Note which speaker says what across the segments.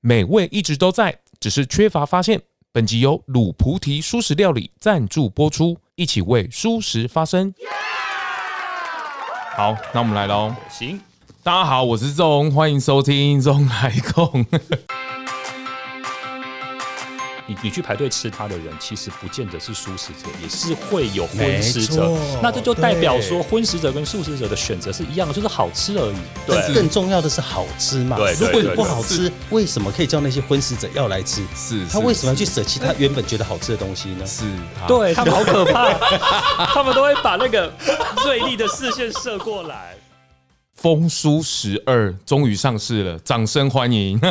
Speaker 1: 美味一直都在，只是缺乏发现。本集由鲁菩提素食料理赞助播出，一起为素食发声。好，那我们来喽。
Speaker 2: 行，
Speaker 1: 大家好，我是钟，欢迎收听《钟来共》。
Speaker 2: 你你去排队吃它的人，其实不见得是素食者，也是会有荤食者
Speaker 3: 没错。
Speaker 2: 那这就代表
Speaker 3: 对
Speaker 2: 说，荤食者跟素食者的选择是一样的，就是好吃而已。
Speaker 3: 但
Speaker 2: 对，
Speaker 3: 更重要的是好吃嘛。
Speaker 2: 对对
Speaker 3: 如果你
Speaker 2: 对
Speaker 3: 不
Speaker 2: 对
Speaker 3: 好吃，为什么可以叫那些荤食者要来吃？
Speaker 1: 是
Speaker 3: 他为什么要去舍弃他原本觉得好吃的东西呢？
Speaker 1: 是？啊好，
Speaker 2: 对他们好可怕，他们都会把那个锐利的视线射过来。
Speaker 1: 风叔十二终于上市了，掌声欢迎！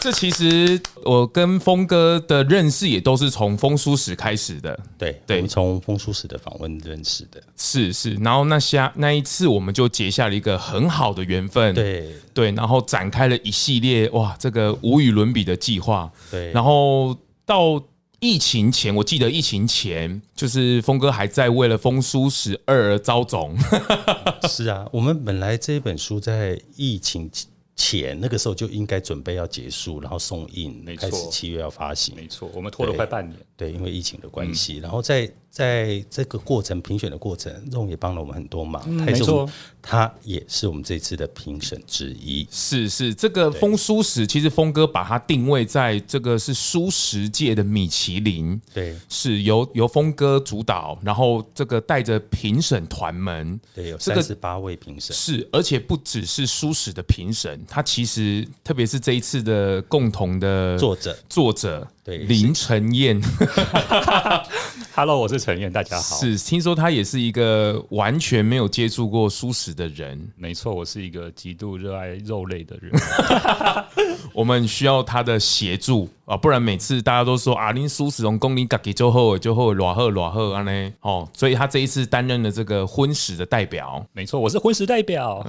Speaker 1: 这其实我跟峰哥的认识也都是从风叔史开始的，
Speaker 3: 对，
Speaker 1: 对
Speaker 3: 我们从风叔史的访问认识的。
Speaker 1: 是是。然后那下那一次我们就结下了一个很好的缘分，
Speaker 3: 对，
Speaker 1: 对，然后展开了一系列哇，这个无与伦比的计划。
Speaker 3: 对
Speaker 1: 然后到疫情前，我记得疫情前就是峰哥还在为了风叔十二而遭总，
Speaker 3: 是啊，我们本来这本书在疫情前那个时候就应该准备要结束，然后送印
Speaker 2: 没，错
Speaker 3: 开始七月要发行。
Speaker 2: 没错，我嗯们拖了快半年。
Speaker 3: 对，因为疫情的关系，然后在在这个过程评选的过程，肉也帮了我们很多忙，他也
Speaker 2: 嗯
Speaker 3: 是
Speaker 2: 没错
Speaker 3: 我们他也是我们这次的评审之一。
Speaker 1: 是是，这个风叔史其实峰哥把它定位在这个是舒食界的米其林，
Speaker 3: 对
Speaker 1: 是由由峰哥主导，然后这个带着评审团们，
Speaker 3: 对，有
Speaker 1: 这个
Speaker 3: 三十八位评审，
Speaker 1: 是，而且不只是舒适的评审，他其实特别是这一次的共同的
Speaker 3: 作者
Speaker 1: 作者
Speaker 3: 对
Speaker 1: 林晨燕
Speaker 2: Hello，我是陈燕，大家好。
Speaker 1: 是，听说他也是一个完全没有接触过舒适的人，
Speaker 2: 没错，我是一个极度热爱肉类的人。
Speaker 1: 我们需要他的协助啊，不然每次大家都说啊，林舒适从公林嘎给就后就后软后软后啊呢哦，所以他这一次担任了这个婚史的代表，
Speaker 2: 没错，我是荤食代表。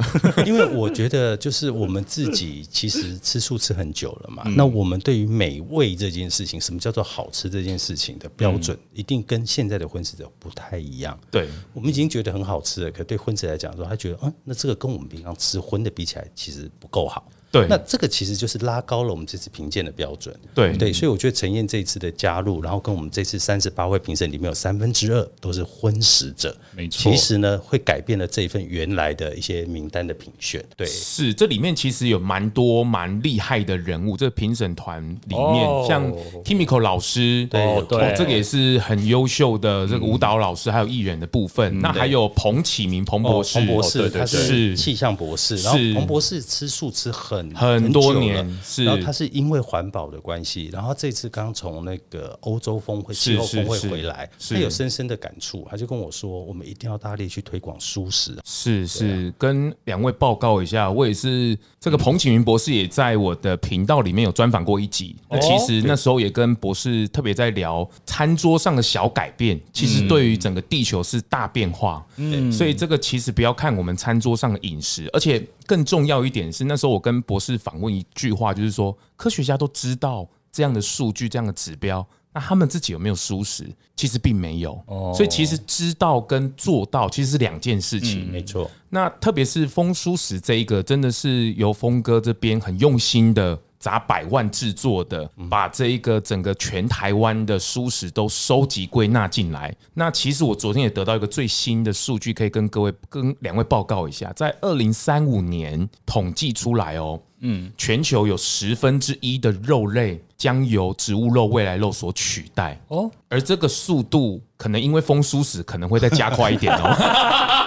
Speaker 3: 因为我觉得就是我们自己其实吃素吃很久了嘛，
Speaker 1: 嗯
Speaker 3: 那我们对于美味这件事情，什么叫做好吃这件事情的
Speaker 1: 嗯
Speaker 3: 标准，一定跟现在的荤食者不太一样。
Speaker 1: 对，
Speaker 3: 我们已经觉得很好吃了，可对荤食来讲说，他觉得，嗯，那这个跟我们平常吃荤的比起来，其实不够好。
Speaker 1: 对
Speaker 3: 那这个其实就是拉高了我们这次评鉴的标准。
Speaker 1: 对
Speaker 3: 对，所以我觉得陈燕这一次的加入，然后跟我们这次三十八位评审里面有三分之二都是荤食者，
Speaker 2: 没错
Speaker 3: 其实呢，会改变了这一份原来的一些名单的评选。对，
Speaker 1: 是，这里面其实有蛮多蛮厉害的人物，这评审团里面，
Speaker 2: 哦
Speaker 1: 像 Timiko 老师，
Speaker 3: 对
Speaker 1: 哦
Speaker 3: 有
Speaker 1: 哦
Speaker 2: 对
Speaker 1: 这个也是很优秀的这个舞蹈老师，还有艺人的部分。那还有彭启明彭博
Speaker 3: 哦
Speaker 1: 士，
Speaker 3: 彭博
Speaker 2: 哦
Speaker 3: 士
Speaker 2: 对对
Speaker 3: 他
Speaker 1: 是
Speaker 3: 是气象博士，然后
Speaker 1: 是
Speaker 3: 彭博士吃素吃很
Speaker 1: 很
Speaker 3: 久
Speaker 1: 多
Speaker 3: 了
Speaker 1: 年是
Speaker 3: 然后他是因为环保的关系，然后这次刚从那个欧洲峰会、
Speaker 1: 是
Speaker 3: 气候峰会
Speaker 1: 是
Speaker 3: 回来，
Speaker 1: 是
Speaker 3: 他有深深的感触，他就跟我说，我们一定要大力去推广素食。
Speaker 1: 是是，跟两位报告一下，我也是这个彭启明博士也在我的频道里面有专访过一集。那其实那时候也跟博士特别在聊餐桌上的小改变，其实对于整个地球是大变化。嗯，所以这个其实不要看我们餐桌上的饮食，而且更重要一点是，那时候我跟博士访问一句话，就是说科学家都知道这样的数据、这样的指标。那他们自己有没有舒适？其实并没有，所以其实知道跟做到其实是两件事情。
Speaker 3: 没错，
Speaker 1: 那特别是风书石这一个，真的是由峰哥这边很用心的砸百万制作的，把这一个整个全台湾的书食都收集归纳进来。那其实我昨天也得到一个最新的数据，可以跟各位跟两位报告一下，在二零三五年统计出来哦，嗯，全球有十分之一的肉类将由植物肉、未来肉所取代哦
Speaker 2: 哦，
Speaker 1: 而这个速度可能因为风书石可能会再加快一点哦。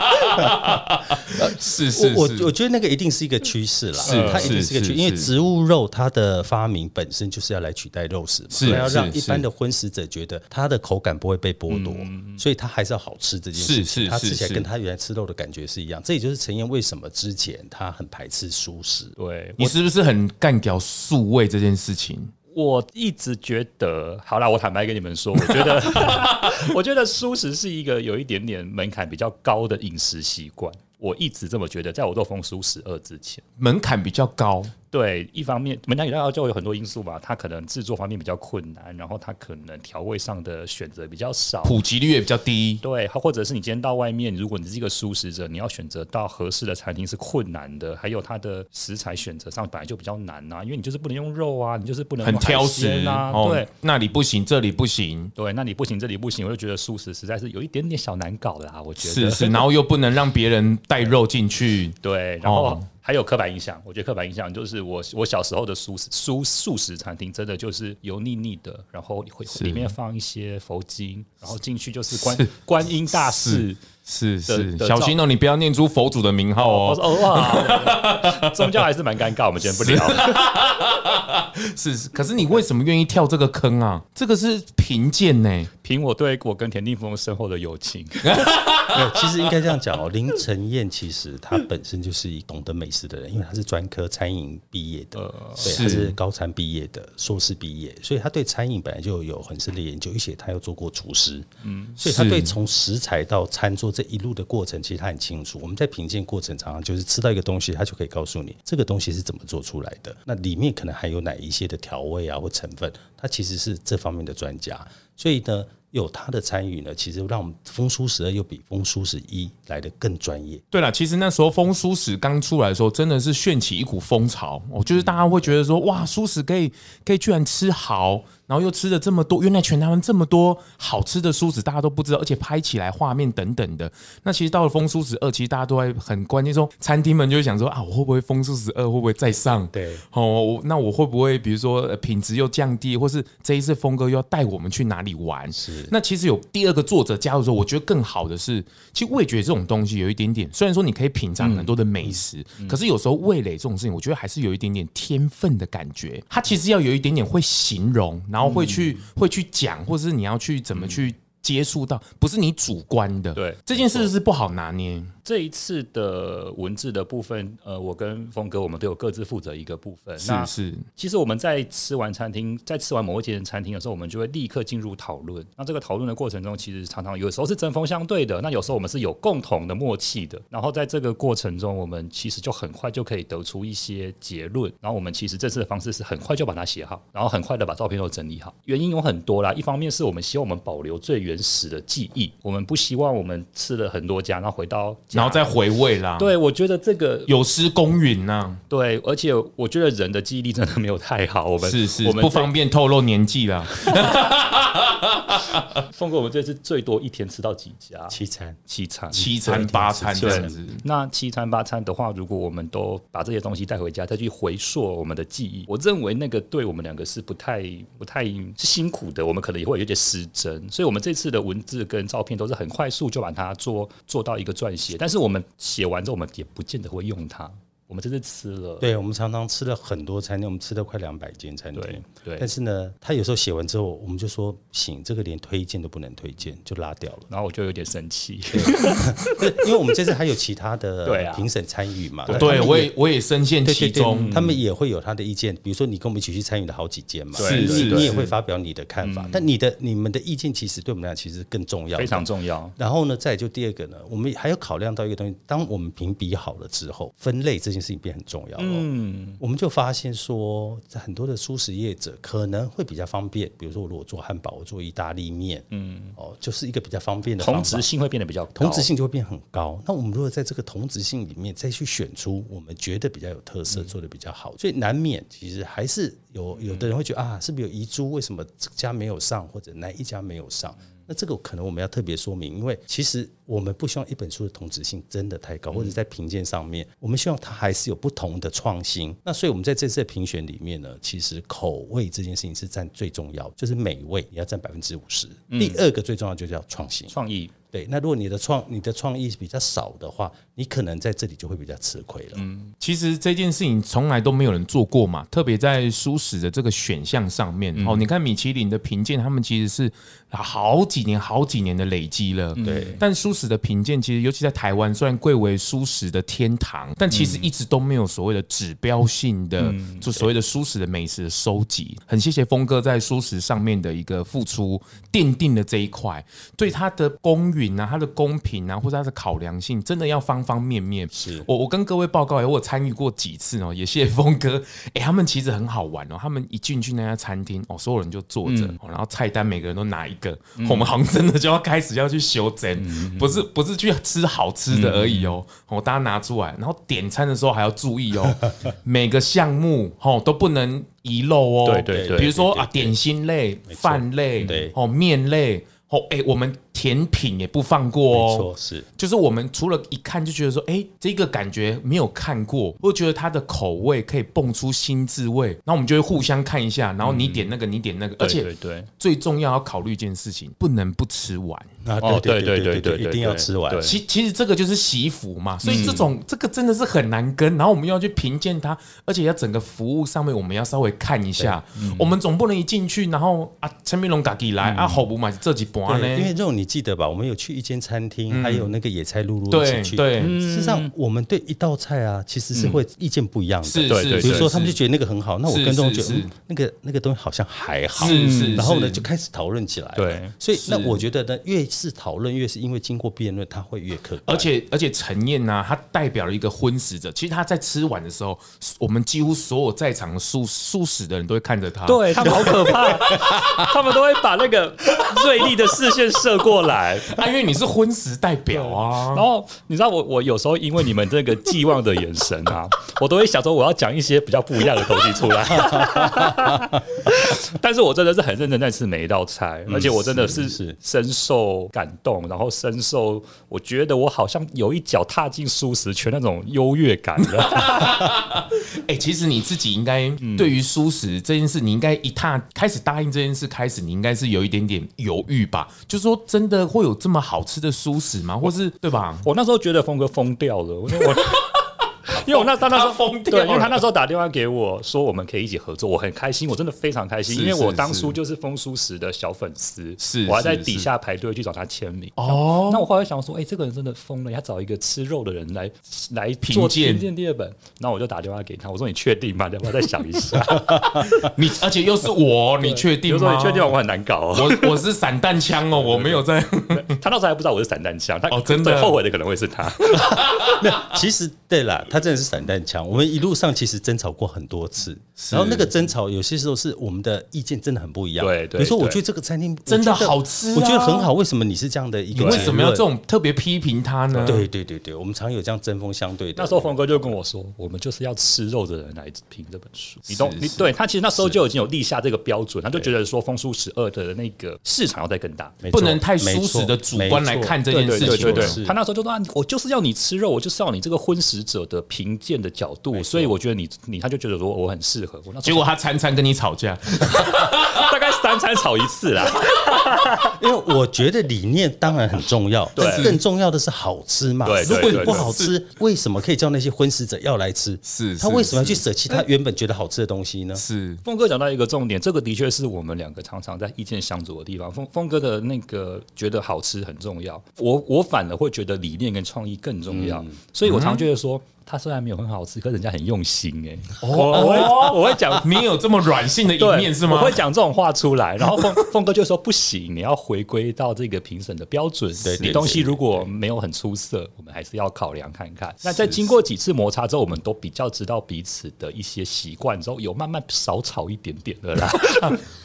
Speaker 1: 是是
Speaker 3: 我我
Speaker 1: 是
Speaker 3: 我觉得那个一定是一个趋势啦，
Speaker 1: 是
Speaker 3: 它一定是一个
Speaker 1: 是
Speaker 3: 趋，
Speaker 1: 是
Speaker 3: 因为
Speaker 1: 是
Speaker 3: 植物肉它的发明本身就是要来取代肉食嘛，
Speaker 1: 是
Speaker 3: 它要
Speaker 1: 是
Speaker 3: 让一般
Speaker 1: 是
Speaker 3: 的荤食者觉得它的口感不会被剥夺，所以它还是要好吃这件
Speaker 1: 是
Speaker 3: 事
Speaker 1: 嗯是
Speaker 3: 情，它
Speaker 1: 是
Speaker 3: 吃起来
Speaker 1: 是
Speaker 3: 跟它原来吃肉的感觉是一样。这也就是陈燕为什么之前他很排斥素 食，
Speaker 2: 对，
Speaker 1: 你是不是很干掉素味这件事情？
Speaker 2: 我一直觉得，好啦，我坦白跟你们说，我 觉得， 我觉得素食是一个有一点点门槛比较高的饮食习惯。我一直这么觉得，在我做“风素食二”之前，
Speaker 1: 门槛比较高，
Speaker 2: 对，一方面门家饮料就有很多因素嘛，它可能制作方面比较困难，然后它可能调味上的选择比较少，
Speaker 1: 普及率也比较低。
Speaker 2: 对，好或者是你今天到外面，如果你是一个素食者，你要选择到合适的餐厅是困难的，还有它的食材选择上本来就比较难呐、因为你就是不能用肉啊，你就是不能
Speaker 1: 很
Speaker 2: 用海
Speaker 1: 挑食哦
Speaker 2: 鲜啊，对。，
Speaker 1: 那里不行，这里不行，
Speaker 2: 对，那你不行，这里不行，我就觉得素食实在是有一点点小难搞啦，我觉得
Speaker 1: 是是，然后又不能让别人带肉进去，
Speaker 2: 对，然后
Speaker 1: 哦
Speaker 2: 还有刻板印象，我觉得刻板印象就是我我小时候的素食素素食餐厅真的就是油腻腻的，然后会
Speaker 1: 是
Speaker 2: 里面放一些佛经，然后进去就是观观音大士。
Speaker 1: 是是，
Speaker 2: 的
Speaker 1: 小心哦，你不要念出佛祖的名号
Speaker 2: 我
Speaker 1: 哦。
Speaker 2: 说哦哇，宗教还是蛮尴尬，我们今天不聊。
Speaker 1: 是是，可是你为什么愿意跳这个坑啊？这个是贫贱呢，
Speaker 2: 凭我对我跟田定峰深厚的友情，
Speaker 3: 没呃有，其实应该这样讲哦。林晨燕其实她本身就是一懂得美食的人，因为她是专科餐饮毕业的，对，她
Speaker 1: 呃是
Speaker 3: 是高餐毕业的，硕士毕业，所以她对餐饮本来就有很深的研究，而且她又做过厨师，嗯，所以她
Speaker 1: 是
Speaker 3: 对从食材到餐桌这一路的过程，其实她很清楚。我们在品鉴过程常常就是吃到一个东西，她就可以告诉你这个东西是怎么做出来的，那里面可能还有哪一些的调味啊或成分，她其实是这方面的专家，所以呢。有他的参与呢，其实让我们风叔十二又比风叔十一来的更专业。
Speaker 1: 对了，其实那时候风舒史刚出来的时候，真的是掀起一股风潮。我、哦、就是大家会觉得说，哇，舒史可以可以居然吃蚝，然后又吃了这么多，原来全台湾这么多好吃的舒史，大家都不知道，而且拍起来画面等等的。那其实到了风舒史二，其实大家都在很关键说，餐厅们就会想说啊，我会不会风舒史二会不会再上？
Speaker 3: 对
Speaker 1: 哦，我那我会不会比如说呃品质又降低，或是这一次峰哥又要带我们去哪里玩？是。那其实有第二个作者加入之后，我觉得更好的是，其实味觉这种东西有一点点，虽然说你可以品尝很多的
Speaker 2: 嗯
Speaker 1: 美食，可是有时候味蕾这种事情，我觉得还是有一点点天分的感觉。它其实要有一点点会形容，然后会去、
Speaker 2: 嗯
Speaker 1: 会去讲，或者是你要去怎么去。接触到不是你主观的，
Speaker 2: 对
Speaker 1: 这件事是不好拿捏，
Speaker 2: 这一次的文字的部分，呃，我跟峰哥我们都有各自负责一个部分。
Speaker 1: 是
Speaker 2: 那
Speaker 1: 是
Speaker 2: 其实我们在吃完餐厅，在吃完某一间餐厅的时候，我们就会立刻进入讨论。那这个讨论的过程中，其实常常有时候是针锋相对的，那有时候我们是有共同的默契的。然后在这个过程中，我们其实就很快就可以得出一些结论。然后我们其实这次的方式是很快就把它写好，然后很快的把照片都整理好。原因有很多啦，一方面是我们希望我们保留最原始的记忆，我们不希望我们吃了很多家，然后回到家
Speaker 1: 然后再回味啦，，
Speaker 2: 对，我觉得这个
Speaker 1: 有失公允呐、
Speaker 2: 对，而且我觉得人的记忆力真的没有太好。我们
Speaker 1: 是是，
Speaker 2: 我们
Speaker 1: 不
Speaker 2: 这
Speaker 1: 方便透露年纪啦。
Speaker 2: 凤哥，我们这次最多一天吃到几家？
Speaker 3: 七餐
Speaker 2: 七餐。
Speaker 1: 七餐八餐这样子，
Speaker 2: 那七餐八餐的话，如果我们都把这些东西带回家，再去回溯我们的记忆，我认为那个对我们两个是不太、不太是辛苦的，我们可能也会有一些失真。所以，我们这次的文字跟照片都是很快速就把它做做到一个撰写，但是我们写完之后，我们也不见得会用它。我们这次吃了，
Speaker 3: 对我们常常吃了很多餐厅，我们吃了快两百间餐
Speaker 2: 对
Speaker 3: 厅。
Speaker 2: 对
Speaker 3: 但是呢，他有时候写完之后，我们就说行，这个连推荐都不能推荐，就拉掉了。
Speaker 2: 然后我就有点生气。
Speaker 3: 因为我们这次还有其 他
Speaker 2: 对啊
Speaker 3: 的评审参与嘛，那他
Speaker 1: 对
Speaker 3: 们
Speaker 1: 我
Speaker 3: 也
Speaker 1: 也我也深陷
Speaker 3: 对
Speaker 1: 其
Speaker 3: 对对
Speaker 1: 中，
Speaker 3: 他们也会有他的意见。比如说，你跟我们一起去参与了好几间嘛，
Speaker 2: 对
Speaker 1: 是
Speaker 3: 你
Speaker 1: 是
Speaker 3: 你也
Speaker 1: 是
Speaker 3: 会发表你的看法，但你的你们的意见其实对我们俩其实更重要的，
Speaker 2: 非常重要。
Speaker 3: 然后呢，再来就第二个呢，我们还要考量到一个东西，当我们评比好了之后，分类这件事情变很重要了。嗯，我们就发现说，在很多的素食业者可能会比较方便，比如说我如果做汉堡，我做意大利面，嗯，哦，就是一个比较方便的方
Speaker 2: 同
Speaker 3: 法
Speaker 2: 质性会变得比较高。
Speaker 3: 同质性就会变很高。那我们如果在这个同质性里面再去选出我们觉得比较有特
Speaker 2: 嗯
Speaker 3: 色、做的比较好，所以难免其实还是有有的人会觉得啊，是不是有遗珠？为什么这家没有上，或者哪一家没有上？
Speaker 2: 嗯
Speaker 3: 那这个可能我们要特别说明，因为其实我们不希望一本书的同质性真的太
Speaker 2: 嗯
Speaker 3: 高，或者在评鉴上面，我们希望它还是有不同的创新。那所以我们在这次的评选里面呢，其实口味这件事情是占最重要的，就是美味也要占百分之五十。
Speaker 2: 嗯
Speaker 3: 第二个最重要就叫创新。
Speaker 2: 创意
Speaker 3: 对，那如果你的创你的创意比较少的话，你可能在这里就会比较吃亏了。
Speaker 1: 其实这件事情从来都没有人做过嘛，特别在舒适的这个选项上面。哦，你看米其林的评鉴，他们其实是好几年、好几年的累积了。对，但舒适的评鉴，其实尤其在台湾，虽然贵为舒适的天堂，但其实一直都没有所谓的指标性的，就所谓的舒适的美食的收集。很谢谢峰哥在舒适上面的一个付出，奠定了这一块，对它的公允啊，它的公平啊，或者它的考量性，真的要方方面面。
Speaker 3: 是
Speaker 1: 我我跟各位报告，我有参与过几次哦，也谢谢峰哥。 哎，他们其实很好玩哦，他们一进去那家餐厅哦，所有人就坐着，
Speaker 2: 嗯
Speaker 1: 哦然后菜单每个人都拿一个，我们好像真的就要开始要去修整，
Speaker 2: 嗯
Speaker 1: 不是不是去吃好吃的而已哦，哦，大家拿出来，然后点餐的时候还要注意 哦，每个项目哦都不能遗漏哦。
Speaker 2: 对对对
Speaker 1: 比如说
Speaker 3: 对
Speaker 1: 啊，点心类、饭类、
Speaker 3: 对
Speaker 1: 哦面类。哦，哎、我们甜品也不放过哦，
Speaker 3: 没错，是
Speaker 1: 就是我们除了一看就觉得说，哎、这个感觉没有看过，或觉得它的口味可以蹦出新滋味，然后我们就会互相看一下，然后
Speaker 3: 嗯
Speaker 1: 你点那个，你点那个，而
Speaker 2: 对
Speaker 1: 且
Speaker 2: 对
Speaker 1: 最重要要考虑一件事情，不能不吃完。
Speaker 3: 啊，
Speaker 2: 哦对对
Speaker 3: 对对对
Speaker 2: 对
Speaker 3: 对
Speaker 2: 对
Speaker 3: 一定要吃完
Speaker 2: 对。
Speaker 1: 其其实这个就是习服嘛，所以这种、这个真的是很难跟。然后我们要去评鉴它，而且要整个服务上面我们要稍微看一下，我们总不能一进去然后啊，陈明龙嘎给来、啊，好不嘛这几盘
Speaker 3: 对，因为
Speaker 1: 呢？嗯
Speaker 3: 这种你记得吧？我们有去一间餐厅，还有那个野菜露露一
Speaker 1: 对
Speaker 3: 起去。嗯
Speaker 1: 对，嗯
Speaker 3: 事实上，我们对一道菜啊，其实是会意见不一样的。
Speaker 1: 是
Speaker 2: 对
Speaker 1: 是，
Speaker 2: 对
Speaker 3: 比如说他们
Speaker 1: 是
Speaker 3: 就觉得那个很好，那我跟踪觉
Speaker 1: 是
Speaker 3: 得
Speaker 1: 是
Speaker 3: 嗯那个那个东西好像还好
Speaker 1: 是是，
Speaker 3: 然后呢
Speaker 1: 是
Speaker 3: 就开始讨论起来了。
Speaker 2: 对
Speaker 3: 所以那我觉得呢，越是讨论，越是因为经过辩论，它会越客观。
Speaker 1: 而且而且陈燕呐、她代表了一个荤食者。其实她在吃完的时候，我们几乎所有在场的素素食的人都会看着她。
Speaker 2: 对他们好可怕， 他们都会把那个锐利的视线射过来。
Speaker 1: 啊，因为你是荤食代表啊
Speaker 2: 然。后你知道我，我有时候因为你们这个寄望的眼神啊， 我都会想说我要讲一些比较不一样的东西出来。 但是我真的是很认真在吃每一道菜，而且我真的嗯是
Speaker 3: 是
Speaker 2: 深受感动，然后深受我觉得我好像有一脚踏进舒适圈那种优越感了。
Speaker 1: 哎、其实你自己应该
Speaker 2: 嗯
Speaker 1: 对于素食这件事，你应该一踏开始答应这件事开始，你应该是有一点点犹豫吧？就说真的会有这么好吃的素食吗？或是对吧？
Speaker 2: 我那时候觉得峰哥疯掉了，我说 我。因为我那他那时候
Speaker 1: 他疯掉了
Speaker 2: 对，因为他那时候打电话给我说我们可以一起合作，我很开心，我真的非常开心，
Speaker 1: 是
Speaker 2: 因为我
Speaker 1: 是
Speaker 2: 当
Speaker 1: 是
Speaker 2: 初就是风叔石的小粉丝，
Speaker 1: 是
Speaker 2: 我还在
Speaker 1: 是
Speaker 2: 底
Speaker 1: 是
Speaker 2: 下排队去找他签名。
Speaker 1: 哦，
Speaker 2: 那我后来想说，哎、这个人真的疯了，他找一个吃肉的人来来
Speaker 1: 评
Speaker 2: 做
Speaker 1: 鉴
Speaker 2: 评鉴第二本。然后我就打电话给他，我说你确定吗？你要不要再想 一下？
Speaker 1: 你而且又是我，你确
Speaker 2: 比如
Speaker 1: 定
Speaker 2: 说
Speaker 1: 吗？
Speaker 2: 你确定吗我很难搞哦。
Speaker 1: 我我是散弹枪哦，我没有在。
Speaker 2: 他那时候还不知道我是散弹枪，他
Speaker 1: 哦真的
Speaker 2: 最后悔的可能会是他。
Speaker 3: 没有，其实对啦，它真的是散弹枪。我们一路上其实争吵过很多次，然后那个争吵有些时候是我们的意见真的很不一样。
Speaker 2: 对对
Speaker 3: 比如说我
Speaker 2: 对
Speaker 3: 觉得这个餐厅
Speaker 1: 真的
Speaker 3: 我觉得
Speaker 1: 好吃啊
Speaker 3: 我觉得很好，为什么你是这样的一
Speaker 1: 你
Speaker 3: 个？
Speaker 1: 为什么要这？种特别批评他呢？
Speaker 3: 对对对对，我们常有这样针锋相对的。
Speaker 2: 那时候峰哥就跟我说，我们就是要吃肉的人来评这本书。你懂？
Speaker 1: 是
Speaker 2: 你
Speaker 1: 是
Speaker 2: 对他其实那时候就已经有立下这个标准，他就觉得说风叔十二的那个市场要再更大。
Speaker 3: 没错
Speaker 1: 不能太舒适的主观来看这件事情。
Speaker 2: 对对对对
Speaker 3: 是
Speaker 2: 对，他那时候就说啊，我就是要你吃肉，我就是要你这个荤食者的评鉴的角度，所以我觉得你你他就觉得说我很适合。我那时
Speaker 1: 结
Speaker 2: 候
Speaker 1: 果他餐餐跟你吵架，
Speaker 2: 大概三餐炒一次啦。
Speaker 3: 因为我觉得理念当然很重要，
Speaker 2: 对
Speaker 3: 但更重要的是好吃嘛
Speaker 2: 对。
Speaker 3: 如
Speaker 2: 对
Speaker 3: 果你
Speaker 2: 对
Speaker 3: 不
Speaker 2: 对
Speaker 3: 好吃，为什么可以叫那些荤食者要来吃？
Speaker 1: 是
Speaker 3: 他
Speaker 1: 是
Speaker 3: 为什么要
Speaker 1: 是
Speaker 3: 去舍弃他原本觉得好吃的东西呢？
Speaker 1: 是
Speaker 2: 峰哥讲到一个重点，这个的确是我们两个常常在意见相左的地方。峰峰哥的那个觉得好吃很重要，我我反而会觉得理念跟创意更重要，
Speaker 1: 嗯
Speaker 2: 所以我常觉得说。他虽然没有很好吃，可是人家很用心哎、
Speaker 1: 哦
Speaker 2: 我我会哦我会讲
Speaker 1: 你有这么软性的一
Speaker 2: 对，
Speaker 1: 面是吗
Speaker 2: 我？会讲这种话出来，然后凤凤哥就说不行，你要回归到这个评审的标准。
Speaker 3: 对对
Speaker 2: 你东西如果没有很出色，我们还是要考量看看。那在经过几次摩擦之后，我们都比较知道彼此的一些习惯之后，有慢慢少吵一点点的啦。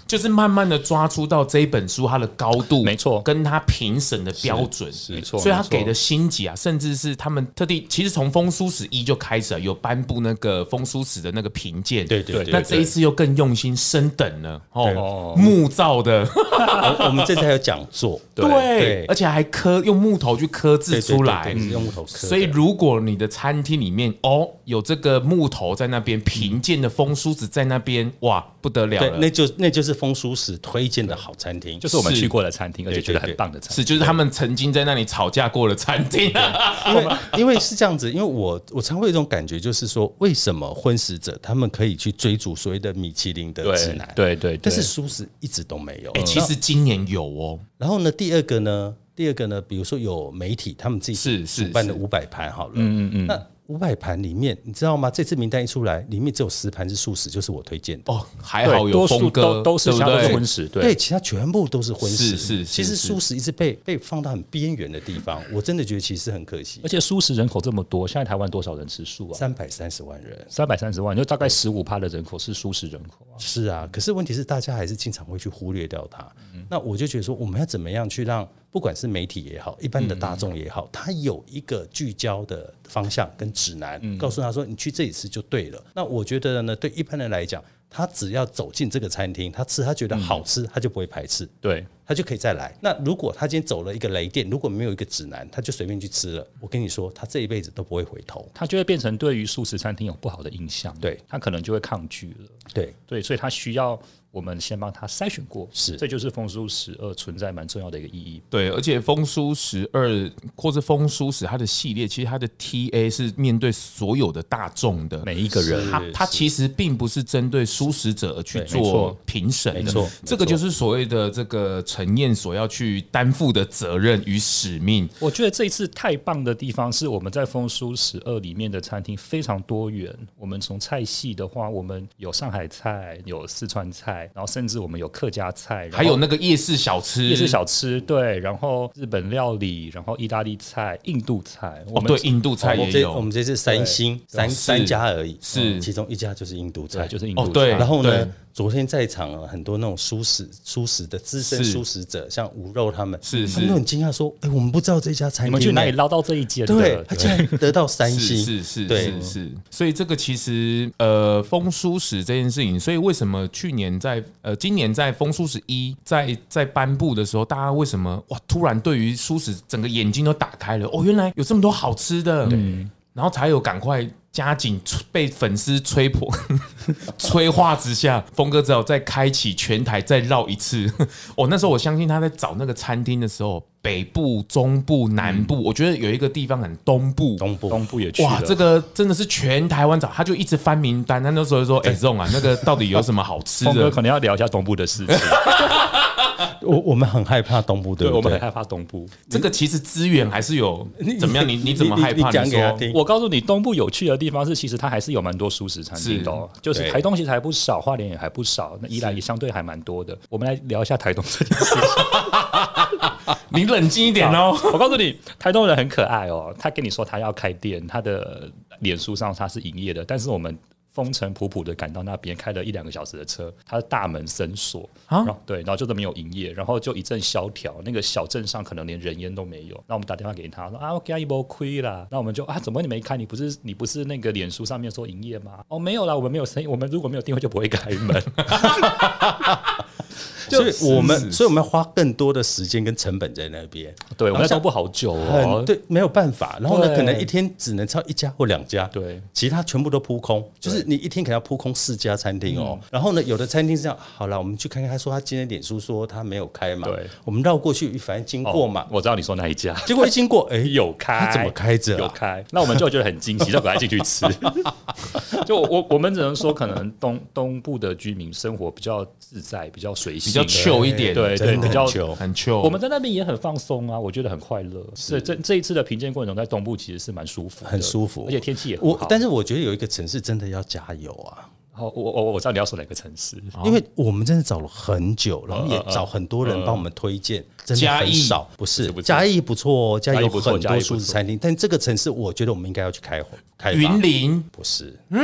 Speaker 1: 就是慢慢的抓出到这一本书它的高度，
Speaker 2: 没错
Speaker 1: 跟他评审的标准，
Speaker 2: 没错
Speaker 1: 所以他
Speaker 2: 没错
Speaker 1: 给的星级啊，甚至是他们特地，其实从风书史一就开始啊有颁布那个风书史的那个评鉴，
Speaker 3: 对对对
Speaker 1: 那这一次又更用心升等了哦，
Speaker 2: 哦
Speaker 1: 木造的，
Speaker 3: 我我们这次还有讲座，
Speaker 2: 对
Speaker 1: 对，而且还刻用木头去刻
Speaker 3: 对
Speaker 1: 制
Speaker 3: 对对
Speaker 1: 出来，嗯
Speaker 3: 对是用木头刻的。
Speaker 1: 所以，如果你的餐厅里面哦有这个木头在那边，贫贱的风梳子在那边，哇，不得了
Speaker 3: 嗯对，
Speaker 1: 了
Speaker 3: 那。就那就是风叔史推荐的好餐厅，
Speaker 2: 就是我们
Speaker 1: 是
Speaker 2: 去过的餐厅，而且觉得很棒的餐厅。
Speaker 1: 是，就是他们曾经在那里吵架过的餐厅、啊
Speaker 3: 因为因为是这样子，因为我我常会有一种感觉，就是说为什么婚食者他们可以去追逐所谓的米其林的指南，
Speaker 2: 对对对，
Speaker 3: 但是舒适一直都没有。
Speaker 2: 嗯
Speaker 3: 嗯
Speaker 1: 哎、其实今年有哦，
Speaker 3: 然后呢，第二个呢，第二个呢，比如说有媒体他们自己
Speaker 1: 是是
Speaker 3: 主办的五百盘好了，嗯嗯嗯，那五百盘里面，你知道吗？这次名单一出来，里面只有十盘是素食，就是我推荐的。
Speaker 1: 哦，还好有
Speaker 2: 多数
Speaker 1: 峰哥，
Speaker 2: 都都是
Speaker 1: 对不
Speaker 2: 相对
Speaker 1: 对
Speaker 2: 荤？食，
Speaker 3: 对，其他全部都是荤食。
Speaker 1: 是是是
Speaker 3: 其实
Speaker 1: 是
Speaker 3: 素食一直被被放到很边缘的地方，我真的觉得其实很可惜
Speaker 2: 而。且素食人口这么多，现在台湾多少人吃素啊？
Speaker 3: 三百三十万人，
Speaker 2: 三百三十万，就大概十五趴的人口是素食人口啊。
Speaker 3: 是啊，可是问题是大家还是经常会去忽略掉它。
Speaker 1: 嗯
Speaker 3: 那我就觉得说，我们要怎么样去让不管是媒体也好，一般的大众也
Speaker 1: 嗯
Speaker 3: 好，它有一个聚焦的方向跟指南，
Speaker 1: 嗯
Speaker 3: 告诉他说你去这里吃就对了。那我觉得呢，对一般人来讲，他只要走进这个餐厅，他吃他觉得好吃，他就不会排斥。
Speaker 2: 对，
Speaker 3: 他就可以再来。那如果他今天走了一个雷电，如果没有一个指南，他就随便去吃了。我跟你说，他这一辈子都不会回头。
Speaker 2: 他就会变成对于素食餐厅有不好的印象，
Speaker 3: 对
Speaker 2: 他可能就会抗拒了。
Speaker 3: 对，
Speaker 2: 对，所以他需要我们先帮他筛选过，
Speaker 3: 是
Speaker 2: 这就是风叔十二存在蛮重要的一个意义。
Speaker 1: 对，而且风叔十二或是风叔十，它的系列其实它的 TA 是面对所有的大众的
Speaker 2: 每一个人
Speaker 1: 它它其实并不是针对素食者而去做评审的，
Speaker 3: 没错
Speaker 1: 这个就是所谓的这个陈燕所要去担负的责任与使命。
Speaker 2: 我觉得这一次太棒的地方是我们在风叔十二里面的餐厅非常多元。我们从菜系的话，我们有上海菜，有四川菜，然后甚至我们有客家菜，然后
Speaker 1: 还有那个夜市小吃，
Speaker 2: 哦夜市小吃，对，然后日本料理，然后意大利菜、印度菜，我
Speaker 1: 哦，
Speaker 2: 们、
Speaker 1: 对，印度菜
Speaker 3: 我们
Speaker 1: 也
Speaker 3: 这我
Speaker 1: 有
Speaker 3: 们，这次三星三
Speaker 1: 是
Speaker 3: 三家而已，
Speaker 1: 是
Speaker 3: 嗯其中一家就是印度菜，
Speaker 2: 对就是印
Speaker 1: 哦
Speaker 2: 度菜，
Speaker 1: 对
Speaker 3: 然后
Speaker 1: 对
Speaker 3: 呢，昨天在场啊，很多那种素食、素食的资深
Speaker 1: 是
Speaker 3: 素食者，像吴肉他们，
Speaker 1: 是
Speaker 3: 他们
Speaker 1: 是
Speaker 3: 都很惊讶说：“哎，我们不知道这家餐
Speaker 2: 你
Speaker 3: 厅
Speaker 2: 们去哪里
Speaker 3: 欸
Speaker 2: 捞到这一间的？
Speaker 3: 对，他竟然得到三
Speaker 1: 是
Speaker 3: 星，
Speaker 1: 是是
Speaker 3: 对
Speaker 1: 是是，所以这个其实呃，风书史这件事情，所以为什么去年在呃，今年在风书史一在在颁布的时候，大家为什么哇，突然对于书史整个眼睛都打开了？哦，原来有这么多好吃的，然后才有赶快。加紧催被粉丝催迫、 催化之下，峰哥只好再开启全台再绕一次。 哦，那时候我相信他在找那个餐厅的时候，北部、中部、南部，我觉得有一个地方很东部，
Speaker 3: 东部
Speaker 2: 东部也去了。
Speaker 1: 哇，这个真的是全台湾找，他就一直翻名单。他那时候就说：“哎、这种啊，那个到底有什么好吃
Speaker 2: 峰哥
Speaker 1: 的
Speaker 2: 可能要聊一下东部的 事情，
Speaker 3: 我我们很害怕东部，对
Speaker 2: 对
Speaker 3: 不
Speaker 2: 我们
Speaker 3: 对
Speaker 2: 很？害怕东部。？”
Speaker 1: 这个其实资源还是有，怎么样？你你怎么害
Speaker 3: 你
Speaker 1: 怕？
Speaker 3: 讲
Speaker 1: 你
Speaker 3: 给他
Speaker 1: 说
Speaker 3: 听，
Speaker 2: 我告诉你，东部有趣的地方是，其实它还是有蛮多熟食餐厅的哦、就是
Speaker 3: 对
Speaker 2: 台东其实还不少，花莲也还不少，那宜兰也相对还蛮多的。我们来聊一下台东这件事情。
Speaker 1: 你冷静一点哦。
Speaker 2: 我告诉你，台东人很可爱哦，他跟你说他要开店，他的脸书上他是营业的，但是我们。风尘仆仆的赶到那边，开了一两个小时的车，他的大门深锁
Speaker 1: 啊
Speaker 2: 然后对，然后就是没有营业，然后就一阵萧条，那个小镇上可能连人烟都没有。那我们打电话给他说啊，我给他一波亏啦。那我们就啊，怎么你没开？你不是你不是那个脸书上面说营业吗？哦，没有啦，我们没有生意，我们如果没有订位就不会开 门。
Speaker 3: 所以
Speaker 1: 是
Speaker 3: 我们，所以我们要花更多的时间跟成本在那边。
Speaker 2: 对，我们
Speaker 3: 然后
Speaker 2: 在
Speaker 3: 像
Speaker 2: 东部好久哦
Speaker 3: 很，对，没有办法。然后呢，
Speaker 2: 对
Speaker 3: 可能一天只能超一家或两家，
Speaker 2: 对，
Speaker 3: 其他全部都扑空。就是你一天可能要扑空四家餐厅
Speaker 2: 嗯
Speaker 3: 哦。然后呢，有的餐厅是这样，好了，我们去看看。他说他今天脸书说他没有开嘛，
Speaker 2: 对，
Speaker 3: 我们绕过去，反正经
Speaker 2: 哦
Speaker 3: 过嘛，
Speaker 2: 我知道你说哪一家。
Speaker 3: 结果一经过，哎，
Speaker 2: 有开，
Speaker 3: 他怎么开着啊
Speaker 2: 有开，那我们就觉得很惊喜，就赶快进去吃。 就我我我们只能说，可能东东部的居民生活比较自在，比较随
Speaker 1: 比
Speaker 2: 性，
Speaker 1: 较 chill 一点，
Speaker 2: 对对
Speaker 3: 真的
Speaker 2: 比较
Speaker 3: 很久
Speaker 1: 很 chill。
Speaker 2: 我们在那边也很放松啊，我觉得很快乐。所以这这一次的评鉴过程中，在东部其实是蛮舒服的，
Speaker 3: 嗯很舒服
Speaker 2: 而且天气也很
Speaker 3: 我
Speaker 2: 好。
Speaker 3: 但
Speaker 2: 是
Speaker 3: 是我觉得有一个城市真的要加油啊，
Speaker 2: 我我我我知道你要说哪个城市，
Speaker 3: 因为我们真的找了很久，然后
Speaker 2: 呃
Speaker 3: 也找很多人帮我们推荐，真的
Speaker 1: 嘉
Speaker 3: 很
Speaker 1: 义
Speaker 3: 少。不是
Speaker 2: 不是
Speaker 3: 嘉义不错哦，嘉义
Speaker 2: 嘉义
Speaker 3: 有
Speaker 2: 不错
Speaker 3: 很
Speaker 2: 嘉
Speaker 3: 多
Speaker 2: 义不
Speaker 3: 素食
Speaker 2: 错
Speaker 3: 餐厅，但这个城市我觉得我们应该要去开开发
Speaker 1: 云林
Speaker 3: 不是，
Speaker 2: 嗯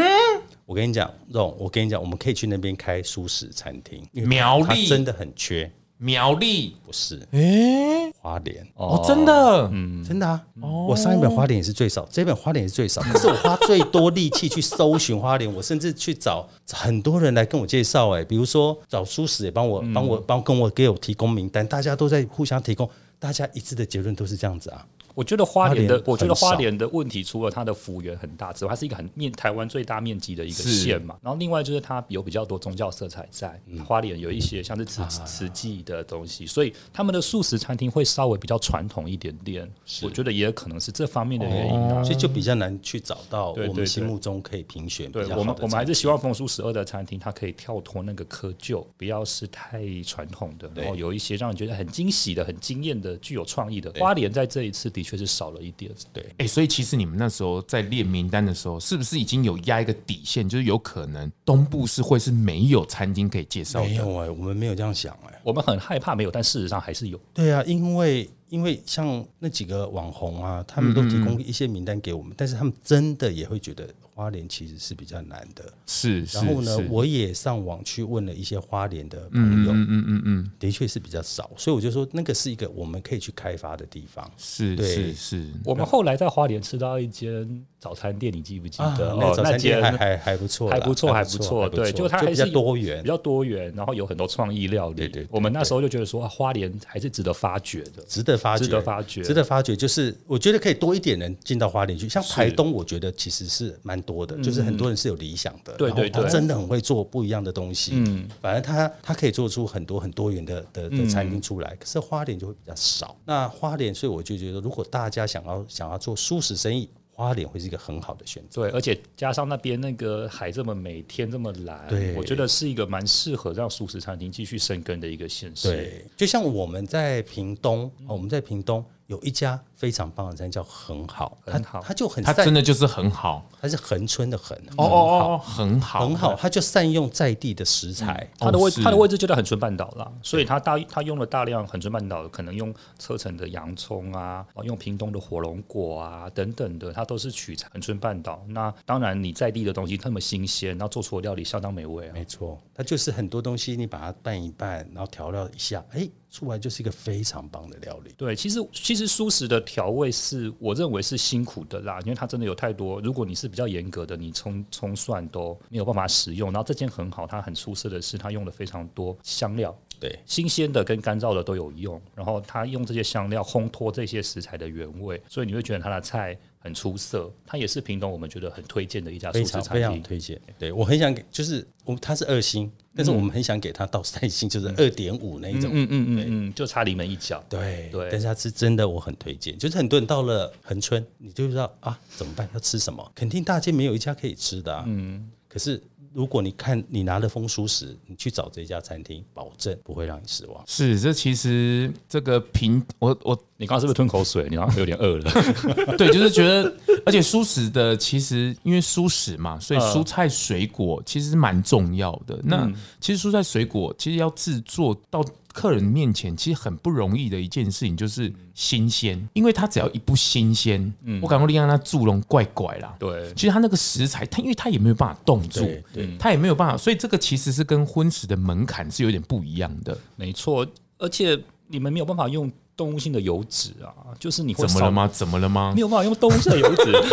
Speaker 3: 我跟你讲，肉，我跟你讲，我们可以去那边开素食餐厅，因为
Speaker 1: 苗
Speaker 3: 它
Speaker 1: 栗
Speaker 3: 真的很缺，
Speaker 1: 苗栗，
Speaker 3: 不是
Speaker 1: 哎，
Speaker 3: 花莲，
Speaker 1: 哦，真的，
Speaker 3: 真的啊，
Speaker 2: 哦
Speaker 3: 我上一本花莲也是最少，这一本花莲也是最少，可是我花最多力气去搜寻花莲，我甚至去找很多人来跟我介绍，哎，比如说找素食也帮我
Speaker 2: 嗯
Speaker 3: 帮我帮跟我给我提供名单，大家都在互相提供，大家一致的结论都是这样子啊，
Speaker 2: 我觉得花莲的
Speaker 3: 花莲，
Speaker 2: 我觉得
Speaker 3: 很少
Speaker 2: 花莲的问题，除了它的幅员很大之外，它是一个很面台湾最大面积的一个
Speaker 1: 是
Speaker 2: 县嘛。然后另外就是它有比较多宗教色彩在，
Speaker 3: 嗯
Speaker 2: 花莲有一些像是慈
Speaker 3: 啊
Speaker 2: 慈济的东西，所以他们的素食餐厅会稍微比较传统一点点。我觉得也可能是这方面的原因啊。
Speaker 3: 所以就比较难去找到
Speaker 2: 对
Speaker 3: 我
Speaker 2: 对
Speaker 3: 们心目中可以评选比
Speaker 2: 对
Speaker 3: 较
Speaker 2: 我
Speaker 3: 好
Speaker 2: 们，
Speaker 3: 的
Speaker 2: 我们还
Speaker 3: 餐
Speaker 2: 是
Speaker 3: 厅。
Speaker 2: 希望冯叔十二的餐厅，它可以跳脱那个窠臼，不要是太传统的，然后有一些让人觉得很惊喜的、很惊艳的、具有创意的。花莲在这一次的确是少了一点。
Speaker 3: 对，
Speaker 1: 哎、所以其实你们那时候在列名单的时候，是不是已经有压一个底线，就是有可能东部是会是没有餐厅可以介绍
Speaker 3: 没
Speaker 1: 的？
Speaker 3: 有哎、我们没有这样想哎、
Speaker 2: 我们很害怕没有，但事实上还是有。
Speaker 3: 对啊，因为因为像那几个网红啊，他
Speaker 2: 嗯
Speaker 3: 们都提供一些名单给我们，但是他们真的也会觉得花莲其实是比较难的。
Speaker 1: 是，是
Speaker 3: 然后呢
Speaker 1: 是，
Speaker 3: 我也上网去问了一些花莲的朋友，嗯嗯嗯嗯，的确是比较少，所以我就说那个是一个我们可以去开发的地方。
Speaker 1: 是
Speaker 3: 对
Speaker 1: 是是，
Speaker 2: 我们后来在花莲吃到一间早餐店，你记不记得？
Speaker 3: 啊
Speaker 2: 哦
Speaker 3: 那个早餐店
Speaker 2: 间
Speaker 3: 还还还不错啦，
Speaker 2: 还不错，还
Speaker 3: 还
Speaker 2: 不错，
Speaker 3: 还
Speaker 2: 对，就它还
Speaker 3: 比较
Speaker 2: 是
Speaker 3: 多元
Speaker 2: 比。较多元，然后有很多创意料理。
Speaker 3: 对对对
Speaker 2: 我们那时候就觉得说，啊花莲还是值得发掘的。
Speaker 3: 值得发掘，
Speaker 2: 值得发掘
Speaker 3: 值得发掘，就是我觉得可以多一点人进到花莲去。像台东，我觉得其实是蛮多的，就是很多人是有理想的，
Speaker 2: 嗯对
Speaker 3: 然后
Speaker 2: 对对
Speaker 3: 他真的很会做不一样的东西。嗯，反正他他可以做出很多很多元的的
Speaker 2: 嗯
Speaker 3: 的餐厅出来，可是花莲就会比较少。那花莲，所以我就觉得，如果大家想要想要做舒适生意，花莲会是一个很好的选择。
Speaker 2: 对，而且加上那边那个海这么美，天这么蓝，
Speaker 3: 对
Speaker 2: 我觉得是一个蛮适合让素食餐厅继续生根的一个县市。，
Speaker 3: 对，就像我们在屏东，哦我们在屏东有一家非常棒的餐厅叫很好，
Speaker 2: 很好
Speaker 3: 它它就很
Speaker 1: 它
Speaker 3: 善
Speaker 1: 真的就是很好，
Speaker 3: 它是恒春的恒，
Speaker 1: 哦
Speaker 3: 很好
Speaker 1: 哦哦，很好，
Speaker 3: 很好，，他就善用在地的食材。
Speaker 2: 它的位
Speaker 1: 哦是
Speaker 2: 它的位置就在恒春半岛啦，所以它大它用了大量恒春半岛可能用车城的洋葱啊，啊用屏东的火龙果啊等等的，它都是取材恒春半岛。那当然你在地的东西那么新鲜，然后做出的料理相当美味啊。
Speaker 3: 没错，它就是很多东西，你把它拌一拌，然后调料一下，哎、出来就是一个非常棒的料理。
Speaker 2: 对，其实其实素食的调味是我认为是辛苦的啦，因为它真的有太多。如果你是比较严格的，你葱葱蒜都没有办法使用。然后这件很好，它很出色的是它用了非常多香料，
Speaker 3: 对，
Speaker 2: 新鲜的跟干燥的都有用。然后它用这些香料烘托这些食材的原味，所以你会觉得它的菜很出色。它也是屏东我们觉得很推荐的一家素
Speaker 3: 非
Speaker 2: 食
Speaker 3: 常
Speaker 2: 餐
Speaker 3: 非常
Speaker 2: 厅。
Speaker 3: 推荐。对我很想给，就是我们它是二星，但是我们很想给它到三星，就是二点五那一种。
Speaker 2: 嗯嗯嗯嗯，就差临门一脚。
Speaker 3: 对
Speaker 2: 对
Speaker 3: 但是它是真的，我很推荐。就是很多人到了恒春，你就不知道啊，怎么办？要吃什么？肯定大街没有一家可以吃的、啊。嗯，可是如果你看你拿了风书时，你去找这家餐厅，保证不会让你失望。
Speaker 1: 是这其实这个平，我我
Speaker 2: 你刚刚是不是吞口水？你好像有点饿了。
Speaker 1: 对，就是觉得， 而且蔬食的其实因为蔬食嘛，
Speaker 3: 嗯
Speaker 1: 所以蔬菜水果其实蛮重要的。那其实蔬菜水果其实要制作到客人面前，其实很不容易的一件事情就是新鲜，因为它只要一不新鲜，
Speaker 3: 嗯
Speaker 1: 我感觉你让它注龙怪怪啦。
Speaker 2: 对
Speaker 1: 其实它那个食材，它因为它也没有办法冻住
Speaker 3: 对，
Speaker 1: 它也没有办法，所以这个其实是跟荤食的门槛是有点不一样的。
Speaker 2: 没错，而且你们没有办法用动物性的油脂啊，就是你会
Speaker 1: 怎么了
Speaker 2: 少？
Speaker 1: 吗？怎么了吗
Speaker 2: 没？有办法用动物性的油脂。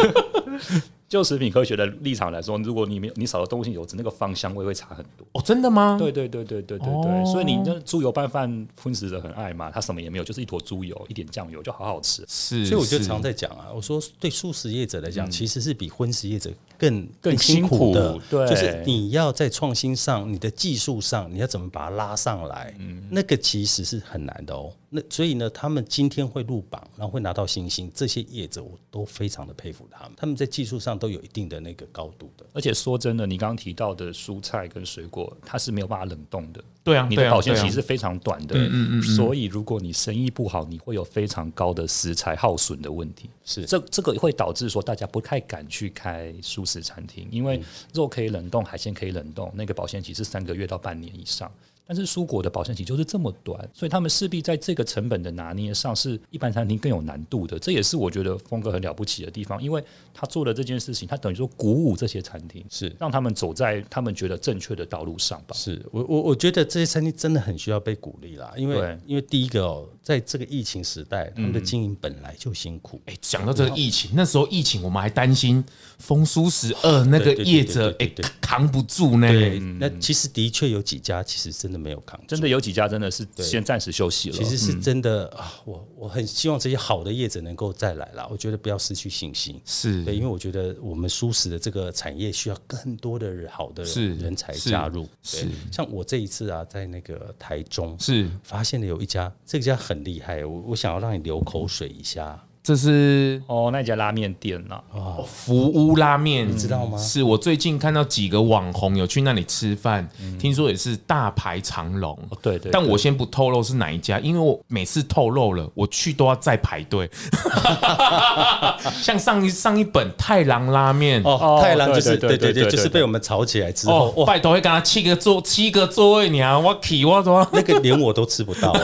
Speaker 2: 就食品科学的立场来说，如果你没有你少了动物性油脂，那个芳香味会差很多。
Speaker 1: 哦，真的吗？
Speaker 2: 对对对对对对对，
Speaker 1: 哦
Speaker 2: 所以你那猪油拌饭，荤食者很爱嘛，他什么也没有，就是一坨猪油，一点酱油，就好好吃。
Speaker 1: 是，
Speaker 3: 所以我就是常在讲啊，我说对素食业者来讲，其实是比荤食业者更
Speaker 2: 更
Speaker 3: 辛
Speaker 2: 辛苦
Speaker 3: 的，
Speaker 2: 对
Speaker 3: 就是你要在创新上、你的技术上，你要怎么把它拉上来，那个其实是很难的哦。那所以呢，他们今天会入榜，然后会拿到星星，这些业者我都非常的佩服他们，他们在技术上都有一定的那个高度的。
Speaker 2: 而且说真的，你刚刚提到的蔬菜跟水果，它是没有办法冷冻的。
Speaker 1: 对啊，
Speaker 2: 你
Speaker 1: 对
Speaker 2: 的
Speaker 1: 啊
Speaker 2: 保鲜
Speaker 1: 对啊嗯
Speaker 2: 期是非常短的，所以如果你生意不好，你会有非常高的食材耗损的问题。
Speaker 3: 是
Speaker 2: 这这个会导致说大家不太敢去开素食餐厅，因
Speaker 1: 嗯
Speaker 2: 为肉可以冷冻，海鲜可以冷冻，那个保鲜期是三个月到半年以上。但是蔬果的保鲜期就是这么短，所以他们势必在这个成本的拿捏上是一般餐厅更有难度的。这也是我觉得峰哥很了不起的地方，因为他做了这件事情，他等于说鼓舞这些餐厅，
Speaker 3: 是
Speaker 2: 让他们走在他们觉得正确的道路上吧。
Speaker 3: 是我我我觉得这些餐厅真的很需要被鼓励啦，因为
Speaker 2: 对
Speaker 3: 因为第一个哦，在这个疫情时代，他们的经营本来就辛苦，
Speaker 1: 哎，讲到这
Speaker 3: 啊
Speaker 1: 个疫情，那时候疫情我们还担心风苏十二那个
Speaker 3: 对对对
Speaker 1: 业者
Speaker 3: 对
Speaker 1: 哎
Speaker 3: 对对
Speaker 1: 扛不住呢。
Speaker 3: 对，那其实的确有几家其实真的没有扛住，
Speaker 2: 真的哦有几家真的是先暂时休息了。
Speaker 3: 其实是真的、啊，我我很希望这些好的业者能够再来啦，我觉得不要失去信心。对，
Speaker 1: 是
Speaker 3: 因为我觉得我们舒适的这个产业需要更多的人好的
Speaker 1: 是
Speaker 3: 人才
Speaker 1: 是
Speaker 3: 加入。对
Speaker 1: 是，
Speaker 3: 像我这一次啊，在那个台中
Speaker 1: 是，
Speaker 3: 发现了有一家，这家很厉害，我我想要让你流口水一下。
Speaker 1: 这是
Speaker 2: 哦，那一家拉面店啊呐、
Speaker 1: 福屋拉面，你
Speaker 3: 知道吗
Speaker 1: 是我最近看到几个网红有去那里吃饭，听说也是大排长龙。
Speaker 2: 哦对对
Speaker 1: 但我先不透露是哪一家，因为我每次透露了，我去都要再排队。像上一上一本太郎拉面
Speaker 3: 哦，
Speaker 2: 哦
Speaker 3: 太郎就
Speaker 2: 对
Speaker 3: 是
Speaker 2: 对
Speaker 3: 对对
Speaker 2: 对
Speaker 3: 对，
Speaker 2: 对
Speaker 3: 就是
Speaker 2: 对
Speaker 3: 被我们吵起来之后，
Speaker 1: 哦，
Speaker 3: 哇，
Speaker 1: 拜托会跟他七个座七个座位，你啊，我起我怎么？
Speaker 3: 那个连我都吃不到、 欸，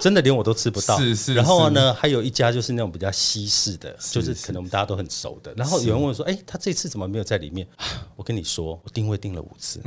Speaker 3: 真的连我都吃不到。
Speaker 1: 是是
Speaker 3: 然后呢，还有一家就是那种比较西式的，就是可能我们大家都很熟的。然后有人问我说：“哎、他这次怎么没有在里面？”我跟你说，我定位定了五 次，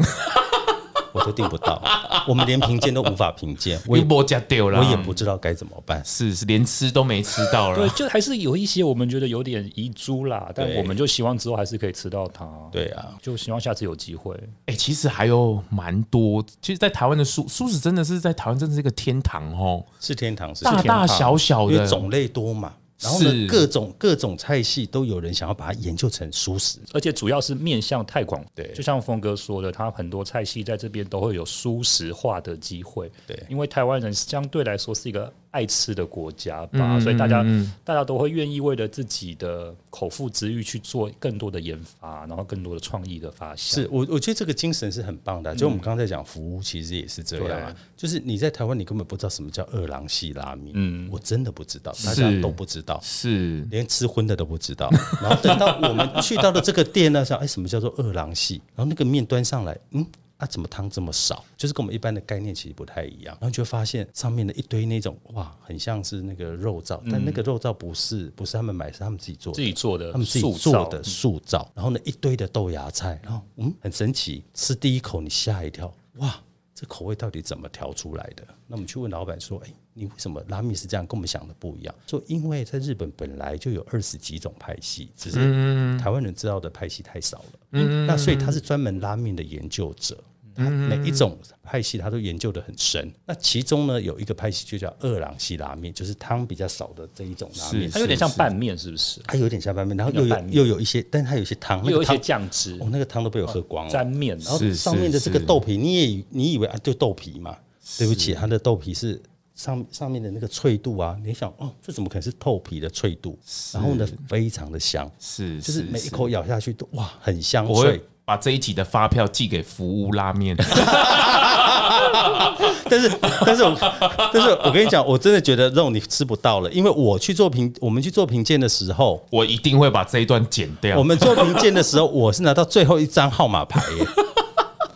Speaker 3: 我都定不到，我们连评鉴都无法评 鉴，我
Speaker 1: 微
Speaker 3: 也
Speaker 1: 博加掉了，
Speaker 3: 我也不知道该怎么办。
Speaker 1: 是是连吃都没吃到
Speaker 2: 对
Speaker 1: 了，。
Speaker 2: 就还是有一些我们觉得有点遗珠啦，但
Speaker 3: 对
Speaker 2: 我们就希望之后还是可以吃到它。，
Speaker 3: 对啊，
Speaker 2: 就希望下次有机会。
Speaker 1: 哎、其实还有蛮多，其实，在台湾的素素食真的是在台湾真的是一个天堂哦，
Speaker 3: 是天堂是
Speaker 1: 大
Speaker 3: 天
Speaker 1: 大
Speaker 3: 堂
Speaker 1: 小小
Speaker 3: 因为
Speaker 1: 的
Speaker 3: 种类多嘛。然后呢
Speaker 1: 是，
Speaker 3: 各种各种菜系都有人想要把它研究成熟食，
Speaker 2: 而且主要是面向太广，
Speaker 3: 对
Speaker 2: 就像峰哥说的，他很多菜系在这边都会有舒适化的机会，
Speaker 3: 对
Speaker 2: 因为台湾人相对来说是一个爱吃的国家吧，所以大家大家都会愿意为了自己的口腹之欲去做更多的研发，然后更多的创意的发想。
Speaker 3: 是我，我觉得这个精神是很棒的啊、就我们刚才讲服务，其实也是这样啊。就是你在台湾，你根本不知道什么叫二郎系拉面，嗯，我真的不知道，大家都不知道，
Speaker 1: 是
Speaker 3: 连吃荤的都不知道。然后等到我们去到了这个店呢，想哎，什么叫做二郎系？然后那个面端上来，嗯。啊，怎么汤这么少？就是跟我们一般的概念其实不太一样。然后你就会发现上面的一堆那种哇，很像是那个肉燥，但那个肉燥不是不是他们买，是他们自己做的。
Speaker 2: 自己做的，
Speaker 3: 他们自己
Speaker 2: 塑
Speaker 3: 做
Speaker 2: 造嗯
Speaker 3: 的塑造，然后呢一堆的豆芽菜，然后嗯很神奇，吃第一口你吓一跳，哇，这口味到底怎么调出来的？那我们去问老板说，哎，你为什么拉面是这样，跟我们想的不一样？说因为在日本本来就有二十几种派系，只是台湾人知道的派系太少了，嗯，那所以他是专门拉面的研究者。他每一种派系，他都研究的很深。那其中呢，有一个派系就叫二郎系拉面，就是汤比较少的这一种拉面
Speaker 1: 是。
Speaker 2: 它有点像拌面，是不是？
Speaker 3: 它有点像拌面，然后又
Speaker 2: 有
Speaker 3: 有
Speaker 2: 拌面
Speaker 3: 又有一些，但它有一些汤，那
Speaker 2: 又有
Speaker 3: 个
Speaker 2: 一些
Speaker 3: 汤，
Speaker 2: 酱汁
Speaker 3: 哦，那个汤都被我喝光了。
Speaker 2: 沾面，然
Speaker 3: 然
Speaker 2: 后
Speaker 3: 后
Speaker 1: 是
Speaker 3: 上面的这个
Speaker 1: 是
Speaker 3: 豆皮，你也以你以为啊，就豆皮嘛？对不起，它的豆皮是上上面的那个脆度啊，你想哦，这怎么可能是豆皮的脆度？然后呢，非常的香，
Speaker 1: 是，
Speaker 3: 就是每一口咬下去都哇，很香
Speaker 1: 我
Speaker 3: 脆
Speaker 1: 会。把这一集的发票寄给福屋拉面，
Speaker 3: 但是，但是我，但是我跟你讲，我真的觉得肉你吃不到了，因为我去做评，我们去做评鉴的时候，
Speaker 1: 我一定会把这一段剪掉
Speaker 3: 我。们做评鉴的时候，我是拿到最后一张号码牌耶。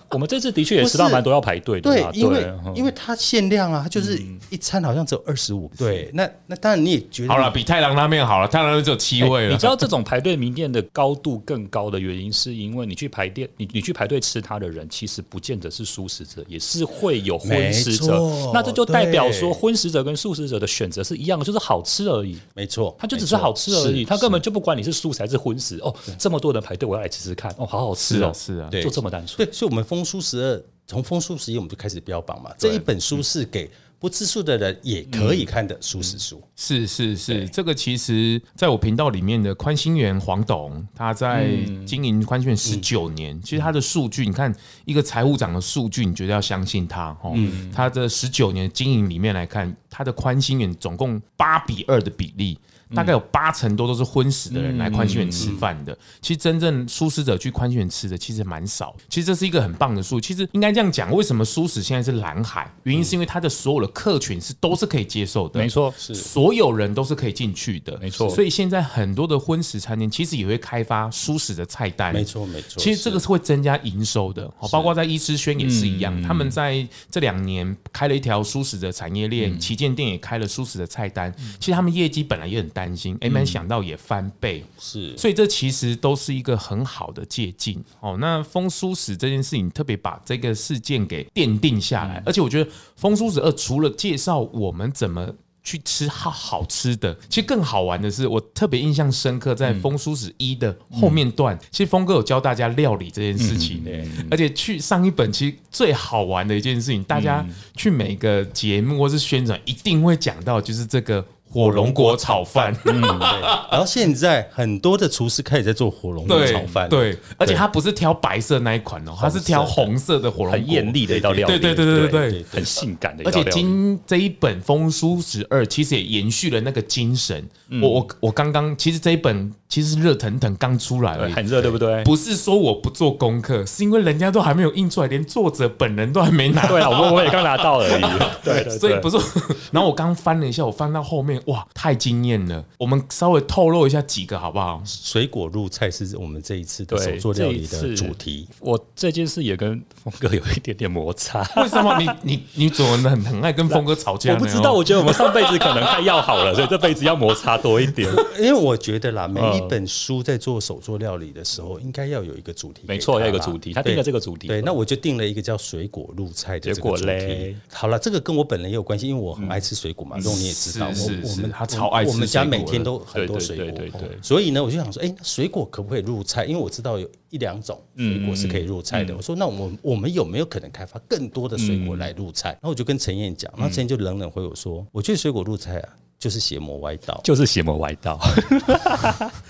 Speaker 2: 我们这次的确也吃到
Speaker 3: 不是
Speaker 2: 蛮多要排队的
Speaker 3: 对
Speaker 2: 啦，，
Speaker 3: 因为
Speaker 2: 嗯
Speaker 3: 因为它限量啊，它就是一餐好像只有二十五。对，那那当然你也觉得
Speaker 1: 好了，，比太郎拉面好了，太郎拉面只有七位
Speaker 2: 你
Speaker 1: 了
Speaker 2: 知。道这种排队名店的高度更高的原因，是因为你去排店，你你去排队吃它的人，其实不见得是素食者，也是会有荤食
Speaker 3: 没
Speaker 2: 者
Speaker 3: 错。
Speaker 2: 那这就代表说，
Speaker 3: 对
Speaker 2: 荤食者跟素食者的选择是一样的，就是好吃而已。
Speaker 3: 没错，
Speaker 2: 它就只是好吃而已，
Speaker 3: 是
Speaker 2: 它根本就不管你是素食还是荤食。哦，这么多人排队，我要来吃吃看。哦，好好吃
Speaker 1: 是
Speaker 2: 哦
Speaker 1: 啊，是啊
Speaker 2: 就这么单纯。
Speaker 3: 对，所以我们风书十二，从风书十一我们就开始标榜嘛，这一本书是给不吃素的人也可
Speaker 2: 嗯
Speaker 3: 以看的素食书。
Speaker 1: 是是是，这个其实在我频道里面的宽心园黄董，他在经营宽心园十九年，其实他的数据，你看一个财务长的数据，你觉得要相信他哦。他的十九年经营里面来看，他的宽心园总共八比二的比例。大概
Speaker 2: 嗯
Speaker 1: 有八成多都是荤食的人来宽心园吃饭的。其实真正素食者去宽心园吃的其实蛮少。其实这是一个很棒的数。其实应该这样讲，为什么素食现在是蓝海？原因是因为它的所有的客群是都是可以接受的，
Speaker 2: 没错
Speaker 1: 所有人都是可以进去的，
Speaker 2: 没错
Speaker 1: 所以现在很多的荤食餐厅其实也会开发素食的菜单，
Speaker 3: 没错没错
Speaker 1: 其实这个是会增加营收的，哦，包括在伊之轩也是一样，他们在这两年开了一条素食的产业链，旗舰店也开了素食的菜单。其实他们业绩本来也很担心，哎，没想到也翻倍，
Speaker 3: 是
Speaker 1: 所以这其实都是一个很好的借鉴哦。那风书史这件事情，特别把这个事件给奠定下来，而且我觉得风书史二除了介绍我们怎么。去吃好好吃的，其实更好玩的是，我特别印象深刻，在《风书史一》的后面段，其实峰哥有教大家料理这件事情，而且去上一本其实最好玩的一件事情，大家去每个节目或是宣传一定会讲到，就是这个火龙果炒饭，
Speaker 3: 然后现在很多的厨师开始在做火龙果
Speaker 1: 对
Speaker 3: 炒饭，，
Speaker 1: 对，而且它不是挑白色那一款哦，它是挑红色的火龙果，
Speaker 2: 很艳丽的一道料理，
Speaker 1: 对对对对对对。
Speaker 2: 很性感的一
Speaker 1: 而
Speaker 2: 道
Speaker 1: 且
Speaker 2: 料理。
Speaker 1: 今这一本《风书十二》其实也延续了那个精神。
Speaker 2: 嗯
Speaker 1: 我我我刚刚其实这一本其实热腾腾刚出来而
Speaker 2: 对
Speaker 1: 已，
Speaker 2: 很热，对不对？
Speaker 1: 不是说我不做功课，是因为人家都还没有印出来，连作者本人都还没拿。
Speaker 2: 对啊，我我也刚拿到而已。 对，对
Speaker 1: 所以
Speaker 2: 对
Speaker 1: 不是。 然后我刚翻了一下，我翻到后面，哇，太惊艳了！我们稍微透露一下几个好不好？
Speaker 3: 水果入菜是我们这一次的
Speaker 2: 对
Speaker 3: 手作料理
Speaker 2: 这一次
Speaker 3: 的主题。
Speaker 2: 我这件事也跟峰哥有一点点摩擦。
Speaker 1: 为什么你你你怎么很很爱跟峰哥吵架
Speaker 2: 我
Speaker 1: 呢？
Speaker 2: 不知道，我觉得我们上辈子可能太要好了，所以这辈子要摩擦多一 点。
Speaker 3: 因为我觉得啦，每
Speaker 2: 嗯
Speaker 3: 一本书在做手作料理的时候，应该要有一个主题给它啦。
Speaker 2: 没错要有一个主题它
Speaker 3: 对
Speaker 2: 定了这个主题
Speaker 3: 对，那我就定了一个叫“水果入菜”的这个
Speaker 2: 结果
Speaker 3: 主
Speaker 2: 嘞
Speaker 3: 题。好了，这个跟我本人也有关系，因为我很爱吃水果嘛，肉你也知道，
Speaker 1: 嗯是是
Speaker 3: 我我
Speaker 1: 是
Speaker 3: 们
Speaker 1: 他超爱吃
Speaker 3: 我们家
Speaker 1: 水果
Speaker 3: 每天
Speaker 1: 的
Speaker 3: 都很多
Speaker 2: 对对
Speaker 3: 水果哦
Speaker 2: 对对对，
Speaker 3: 所以呢，我就想说，哎，那水果可不可以入菜？因为我知道有一两种
Speaker 1: 嗯
Speaker 3: 水果是可以入菜的。我说，那我我们有没有可能开发更多的水
Speaker 1: 嗯
Speaker 3: 果来入菜？然后我就跟陈燕讲，然后陈燕就冷冷回我说，我觉得水果入菜啊，就是邪魔歪道。
Speaker 2: 就是邪魔歪道，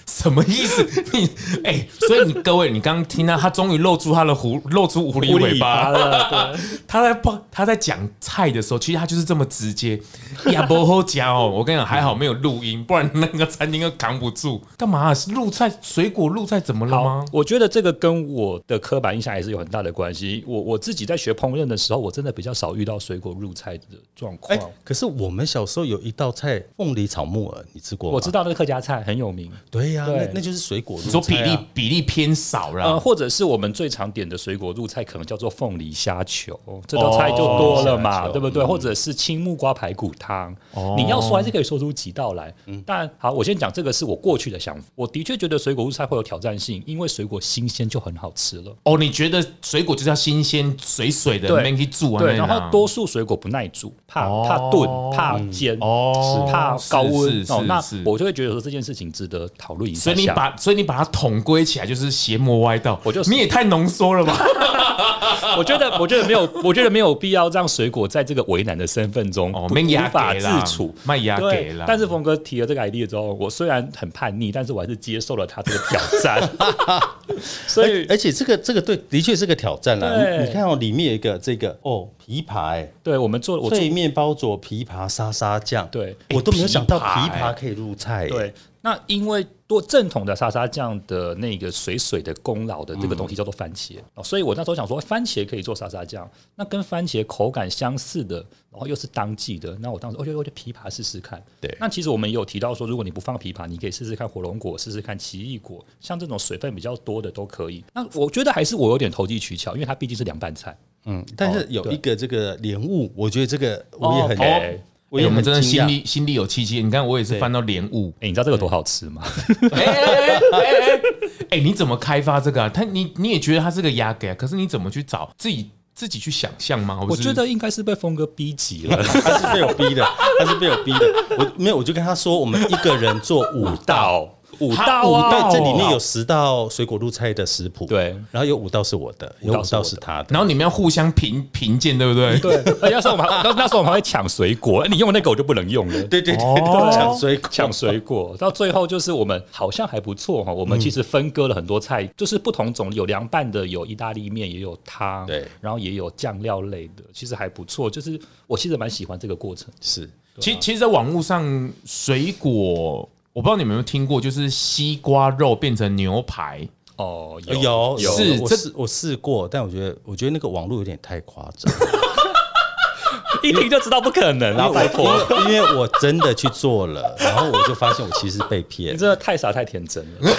Speaker 1: 什么意 思？你哎、所以你各位，你刚刚听到他终于露出他的狐，露出狐 狸尾巴。
Speaker 2: 了。
Speaker 1: 他在报他在讲菜的时候，其实他就是这么直接。 呀，不好讲哦，我跟你讲，还好没有录音，不然那个餐厅又扛不住。干嘛、啊？入菜水果入菜怎么了
Speaker 2: 好
Speaker 1: 吗，？
Speaker 2: 我觉得这个跟我的刻板印象还是有很大的关系。我我自己在学烹饪的时候，我真的比较少遇到水果入菜的状
Speaker 3: 哎、
Speaker 2: 况。
Speaker 1: 哦
Speaker 3: 可是我们小时候有一道菜凤梨炒木耳，你吃过吗？
Speaker 2: 我知
Speaker 3: 道，
Speaker 2: 道那个客家菜很有名，
Speaker 3: 对呀、
Speaker 2: 对
Speaker 3: 那那就是水果入菜
Speaker 1: 你
Speaker 3: 啊、
Speaker 1: 说比例比例偏少
Speaker 2: 呃，
Speaker 1: 啦，
Speaker 2: 或者是我们最常点的水果入菜，可能叫做凤梨虾球，哦这道菜就多了
Speaker 3: 虾
Speaker 2: 嘛，
Speaker 3: 球
Speaker 2: 对不对？或者是青木瓜排骨汤，你要说还是可以说出几道来。但好，我先讲这个是我过去的想法，我的确觉得水果入菜会有挑战性，因为水果新鲜就很好吃了。
Speaker 1: 哦，你觉得水果就是要新鲜水水的，
Speaker 2: 对
Speaker 1: 没去煮啊？
Speaker 2: 对，
Speaker 1: 那样
Speaker 2: 然
Speaker 1: 啊
Speaker 2: 后多数水果不耐煮，怕
Speaker 1: 哦
Speaker 2: 怕炖、怕煎、
Speaker 1: 哦
Speaker 2: 怕
Speaker 1: 是
Speaker 2: 高温
Speaker 1: 是
Speaker 2: 哦
Speaker 1: 是，
Speaker 2: 那
Speaker 1: 是
Speaker 2: 我就会觉得说这件事情值得讨论一下
Speaker 1: 所
Speaker 2: 下。
Speaker 1: 以你把，所以你把它统归起来就是邪魔歪道，
Speaker 2: 我就是
Speaker 1: 你也太浓缩了吧？
Speaker 2: 我觉得，我觉得没有，我觉得没有必要让水果在这个为难的身份中
Speaker 1: 哦
Speaker 2: 不
Speaker 1: 免压
Speaker 2: 无法
Speaker 1: 给
Speaker 2: 自
Speaker 1: 啦
Speaker 2: 处，
Speaker 1: 卖压
Speaker 2: 对
Speaker 1: 给啦
Speaker 2: 但是峰哥提了这个 idea 之后，我虽然很叛逆，但是我还是接受了他这个挑 战。所以
Speaker 3: 而，而且这个这个对，的确是个挑战啦。
Speaker 2: 对
Speaker 3: 你你看哦，里面有一个这个哦，枇杷、欸，
Speaker 2: 对我们做，我做
Speaker 3: 脆面包佐枇杷沙沙酱，
Speaker 2: 对
Speaker 3: 我都没有想到
Speaker 1: 欸枇
Speaker 3: 枇
Speaker 1: 杷
Speaker 3: 杷可以入菜、欸。
Speaker 2: 对，那因为做正统的沙沙酱的那个水水的功劳的这个东西叫做番茄、哦，所以我那时候想说，番茄可以做沙沙酱，那跟番茄口感相似的，然后又是当季的，那我当时哦我就我就枇杷试试看。
Speaker 3: 对
Speaker 2: 那其实我们也有提到说，如果你不放枇杷，你可以试试看火龙果，试试看奇异果，像这种水分比较多的都可以。那我觉得还是我有点投机取巧，因为它毕竟是凉拌菜。
Speaker 3: 嗯，但是有一个这个莲雾，我觉得这个我也很，
Speaker 2: 哦，OK
Speaker 3: 我也
Speaker 1: 欸我
Speaker 3: 很
Speaker 1: 们
Speaker 3: 惊
Speaker 1: 真的心
Speaker 3: 讶。
Speaker 1: 里心里有戚戚。你看，我也是翻到莲雾。
Speaker 2: 哎、你知道这个多好吃吗？
Speaker 1: 哎哎哎哎！哎，你怎么开发这个啊？他你你也觉得它是个压给啊？可是你怎么去找自己自己去想象吗？
Speaker 2: 我
Speaker 1: 是
Speaker 2: 觉得应该是被峰哥逼急了。
Speaker 3: 他是被我逼的，他是被我逼的。我没有，我就跟他说，我们一个人做五
Speaker 2: 道五
Speaker 1: 哈
Speaker 2: 道
Speaker 1: 五道
Speaker 2: 啊，
Speaker 3: 对，这里面有十道水果入菜的食谱，
Speaker 2: 对
Speaker 3: 然后有五道是我的，有五
Speaker 2: 道是我的
Speaker 3: 道是他的。
Speaker 1: 然后你们要互相评评鉴，对不对？
Speaker 2: 对，而且那时候我们还，那那时候我们还会抢水果，哎你用那个我就不能用了。啊
Speaker 3: 对对对，
Speaker 1: 哦
Speaker 3: 都抢水果，
Speaker 2: 抢水果，到最后就是我们好像还不错哈。我们其
Speaker 3: 嗯
Speaker 2: 实分割了很多菜，就是不同种类有凉拌的，有意大利面，也有汤，
Speaker 3: 对
Speaker 2: 然后也有酱料类的，其实还不错。就是我其实蛮喜欢这个过程。
Speaker 3: 是
Speaker 1: 其其实，在网络上，水果我不知道你们有没有听过，就是西瓜肉变成牛排。
Speaker 2: 哦，
Speaker 3: 呃有有，
Speaker 1: 是
Speaker 3: 我
Speaker 1: 这
Speaker 3: 试我试过，但我觉得我觉得那个网络有点太夸张，
Speaker 2: 一听就知道不可能
Speaker 3: 然
Speaker 2: 啊，
Speaker 3: 后我
Speaker 2: 拜托，
Speaker 3: 因为因为我真的去做了，然后我就发现我其实被骗
Speaker 2: 你，真的太傻太天 真了。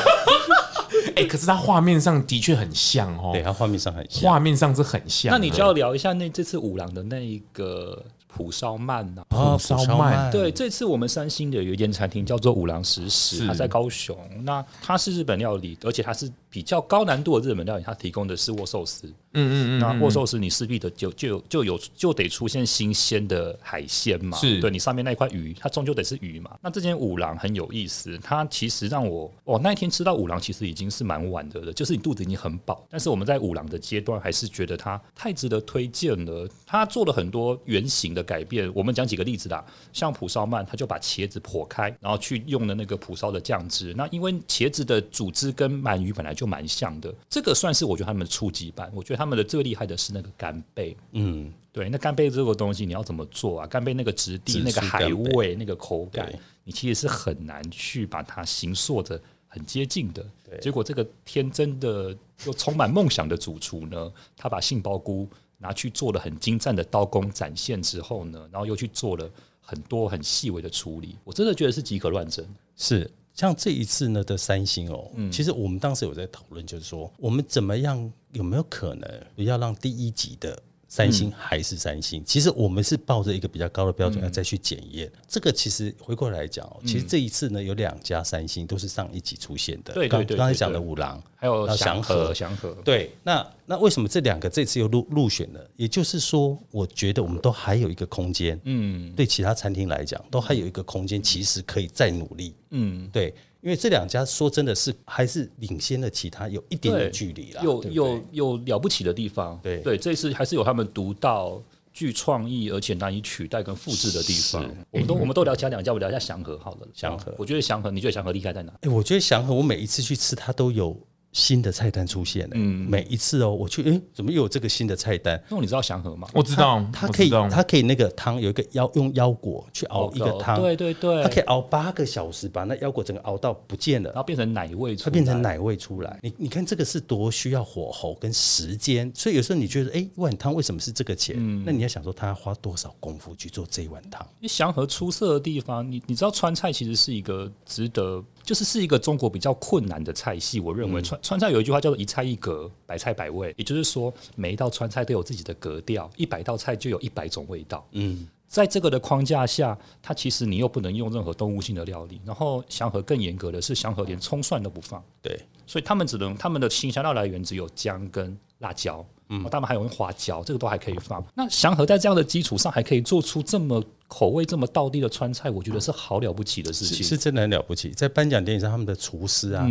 Speaker 1: 哎、可是它画面上的确很像哦
Speaker 3: 对，，它画面上很像。
Speaker 1: 画面上是很像的。
Speaker 2: 那你
Speaker 3: 啊
Speaker 2: 就要聊一下那这次五郎的那一个蒲烧鳗呐。
Speaker 1: 哦
Speaker 2: 啊
Speaker 3: 哦
Speaker 1: 烧
Speaker 3: 烧
Speaker 1: 麦
Speaker 3: 麦
Speaker 2: 对，这次我们三星的有一间餐厅叫做五郎食
Speaker 1: 是
Speaker 2: 食，它在高雄。那它是日本料理，而且它是比较高难度的日本料理，它提供的是握寿司。嗯嗯嗯，那或寿司你势必的就就有就有就得出现新鲜的海鲜嘛，
Speaker 1: 是
Speaker 2: 对你上面那一块鱼，它终究得是鱼嘛。那这间五郎很有意思，它其实让我我那一天吃到五郎其实已经是蛮晚的了，就是你肚子已经很饱，但是我们在五郎的阶段还是觉得它太值得推荐了。它做了很多原型的改变，我们讲几个例子啦，像蒲烧鳗，它就把茄子剖开，然后去用了那个蒲烧的酱汁。那因为茄子的组织跟鳗鱼本来就蛮像的，这个算是我觉得他们的初级版。我觉得他们的最厉害的是那个干贝，
Speaker 3: 嗯，
Speaker 2: 对，那干贝这个东西你要怎么做啊？干贝那个质地、
Speaker 3: 质
Speaker 2: 那
Speaker 3: 出
Speaker 2: 个海
Speaker 3: 干贝
Speaker 2: 味、那个口感
Speaker 3: 对，
Speaker 2: 你其实是很难去把它形塑的很接近的。结果这个天真的又充满梦想的主厨呢，他把杏鲍菇拿去做了很精湛的刀工展现之后呢，然后又去做了很多很细微的处理，我真的觉得是即可乱真。
Speaker 3: 是。像这一次呢的三星哦，
Speaker 2: 嗯
Speaker 3: 其实我们当时有在讨论，就是说我们怎么样有没有可能不要让第一集的三
Speaker 2: 嗯
Speaker 3: 星还是三星？其实我们是抱着一个比较高的标准要再去检验。这个其实回过来讲哦，
Speaker 2: 嗯
Speaker 3: 其实这一次呢有两家三星都是上一集出现的，
Speaker 2: 对对
Speaker 3: 刚
Speaker 2: 对
Speaker 3: 刚才
Speaker 2: 对
Speaker 3: 讲的
Speaker 2: 对
Speaker 3: 五郎，
Speaker 2: 还有
Speaker 3: 然后
Speaker 2: 祥
Speaker 3: 祥和
Speaker 2: 和，祥和，
Speaker 3: 对，那那为什么这两个这次又入入选了？也就是说，我觉得我们都还有一个空间，嗯，对其他餐厅来讲，都还有一个空间，其实可以再努力，
Speaker 2: 嗯，
Speaker 3: 对，因为这两家说真的是还是领先了其他有一点点距离啦，
Speaker 2: 有
Speaker 3: 啊对不对
Speaker 2: 有有了不起的地方，
Speaker 3: 对
Speaker 2: 对，这次还是有他们独到、具创意而且难以取代跟复制的地方。我们都我们都聊其他两家，我聊一下祥和好了。
Speaker 3: 祥和
Speaker 2: 我觉得祥和，你觉得祥和厉害在哪？
Speaker 3: 哎、我觉得祥和，我每一次去吃，它都有新的菜单出现、欸，
Speaker 2: 嗯
Speaker 3: 每一次哦，我去，哎、怎么又有这个新的菜单？
Speaker 2: 因为你知道祥和吗？
Speaker 1: 我知道，
Speaker 3: 它
Speaker 1: 我
Speaker 3: 可以，
Speaker 1: 知道
Speaker 3: 它可以那个汤有一个腰用腰果去熬哦一个汤，
Speaker 2: 哦对对对，
Speaker 3: 它可以熬八个小时，把那腰果整个熬到不见了
Speaker 2: 然。后变成奶味出
Speaker 3: 它
Speaker 2: 来，
Speaker 3: 变成奶味出来。你你看这个是多需要火候跟时间，所以有时候你觉得，哎、一碗汤为什么是这个钱？
Speaker 2: 嗯
Speaker 3: 那你要想说，他要花多少功夫去做这一碗汤？
Speaker 2: 因为祥和出色的地方，你你知道川菜其实是一个值得，就是是一个中国比较困难的菜系。我认为川、川菜有一句话叫做“一菜一格，百菜百味”，也就是说每一道川菜都有自己的格调，一百道菜就有一百种味道。
Speaker 3: 嗯，
Speaker 2: 在这个的框架下，它其实你又不能用任何动物性的料理。然后祥和更严格的是，祥和连葱蒜都不放，
Speaker 3: 对，
Speaker 2: 所以他们只能他们的新香料来源只有姜跟辣椒，嗯，他们还有用花椒，这个都还可以放。那祥和在这样的基础上，还可以做出这么口味这么道地的川菜，我觉得是好了不起的事
Speaker 3: 是
Speaker 2: 情。
Speaker 3: 是真的很了不起。在颁奖典礼上，他们的厨师啊，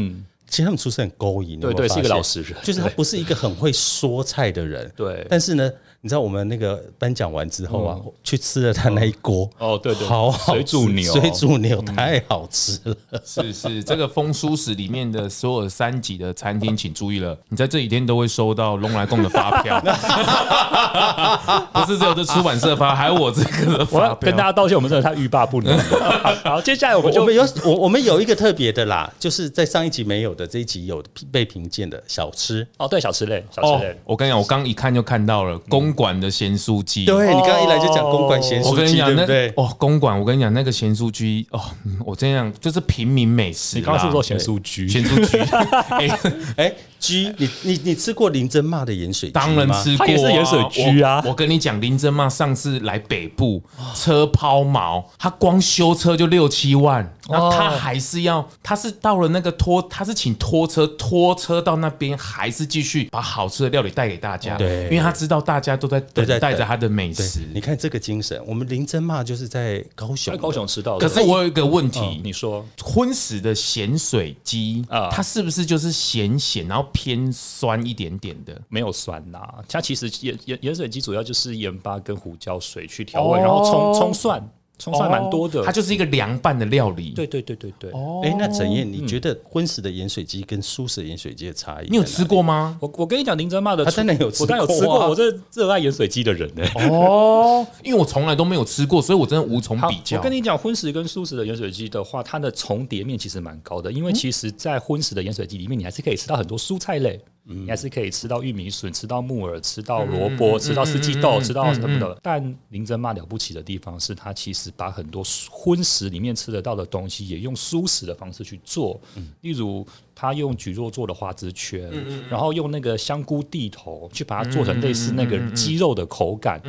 Speaker 3: 其实他们厨师很勾引，你
Speaker 2: 对
Speaker 3: 有没
Speaker 2: 嗯
Speaker 3: 有
Speaker 2: 对，
Speaker 3: 发
Speaker 2: 是一个
Speaker 3: 现
Speaker 2: 老实人，
Speaker 3: 就是他不是一个很会说菜的人。
Speaker 2: 对
Speaker 3: 但是呢，你知道我们那个颁奖完之后啊，去吃了他那一锅，
Speaker 2: 嗯哦对对
Speaker 3: 好好吃
Speaker 2: 水煮牛
Speaker 3: 水煮牛太好吃了。
Speaker 1: 是是，这个风书史里面的所有三级的餐厅，请注意了，你在这几天都会收到龙来贡的发 票，不是只有这出版社发，还有我这个的
Speaker 2: 我
Speaker 1: 发
Speaker 2: 要
Speaker 1: 票
Speaker 2: 跟大。家道歉，我们真的太欲罢不能了。 好，接下来我们
Speaker 3: 我
Speaker 2: 就
Speaker 3: 们有我我们有一个特别的啦，就是在上一集没有的，这一集有被评鉴的小吃。
Speaker 2: 哦，对，小吃类，小
Speaker 1: 哦
Speaker 2: 吃类，，
Speaker 1: 我跟你讲，我刚一看就看到
Speaker 2: 嗯
Speaker 1: 了公馆的咸酥鸡。
Speaker 3: 对你刚刚一来就讲
Speaker 2: 哦
Speaker 3: 公馆咸
Speaker 1: 我
Speaker 3: 酥
Speaker 1: 跟
Speaker 3: 鸡，
Speaker 1: 你讲，
Speaker 3: 对不
Speaker 1: 那
Speaker 3: 对？
Speaker 1: 哦，公馆，我跟你讲，那个咸酥鸡哦，嗯我这样就是平民美食啦。
Speaker 2: 你刚刚是不是说咸酥鸡？
Speaker 1: 咸酥鸡？ 哎，
Speaker 3: 哎，鸡，你你你吃过林珍骂的盐水鸡吗？
Speaker 1: 当然吃过、啊，
Speaker 2: 它也是盐水鸡啊哦
Speaker 1: 我！我跟你讲，林真嘛上次来北部车抛锚，他光修车就六七万，
Speaker 2: 哦
Speaker 1: 那他还是要，他是到了那个拖，他是请拖车拖车到那边，还是继续把好吃的料理带给大
Speaker 2: 哦
Speaker 1: 家，
Speaker 3: 对
Speaker 1: 因为他知道大家都在等
Speaker 3: 在等
Speaker 1: 待着他的美
Speaker 3: 对
Speaker 1: 食。
Speaker 3: 你看这个精神，我们林珍骂就是在高雄
Speaker 2: 在
Speaker 3: 的，
Speaker 2: 高雄吃到的，
Speaker 1: 可是我有一个问题，
Speaker 2: 嗯你说
Speaker 1: 荤食的咸水鸡
Speaker 2: 啊
Speaker 1: 它是不是就是咸咸，然后偏酸一点点的？
Speaker 2: 没有酸呐、它其实盐盐盐水鸡主要就是盐巴跟胡椒水去调味，
Speaker 1: 哦
Speaker 2: 然后葱葱蒜，葱蒜蛮多的。哦
Speaker 1: 它就是一个凉拌的料理。
Speaker 2: 对对对对对。
Speaker 3: 哎，那陈燕，你觉得荤食的盐水鸡跟素食的盐水鸡的差异？
Speaker 1: 你有吃？过吗？
Speaker 2: 我我跟你讲，林珍骂的
Speaker 3: 他
Speaker 2: 厨
Speaker 3: 真的有吃
Speaker 2: 我当然有吃
Speaker 3: 过啊
Speaker 2: 过，我这热爱盐水鸡的人呢、
Speaker 1: 哦，因为我从来都没有吃过，所以我真的无从
Speaker 2: 好
Speaker 1: 比较。
Speaker 2: 我跟你讲，荤食跟素食的盐水鸡的话，它的重叠面其实蛮高的，因为
Speaker 3: 嗯
Speaker 2: 其实，在荤食的盐水鸡里面，你还是可以吃到很多蔬菜类，
Speaker 3: 嗯
Speaker 2: 你还是可以吃到玉米笋，吃到木耳，吃到萝卜，吃到四季豆，吃到什么的。但林珍妈了不起的地方是，她其实把
Speaker 3: 嗯
Speaker 2: 很多荤食里面吃得到的东西，也用素食的方式去做，例如。他用蒟蒻做的花枝圈，然后用那个香菇地头去把它做成类似那个鸡肉的口感。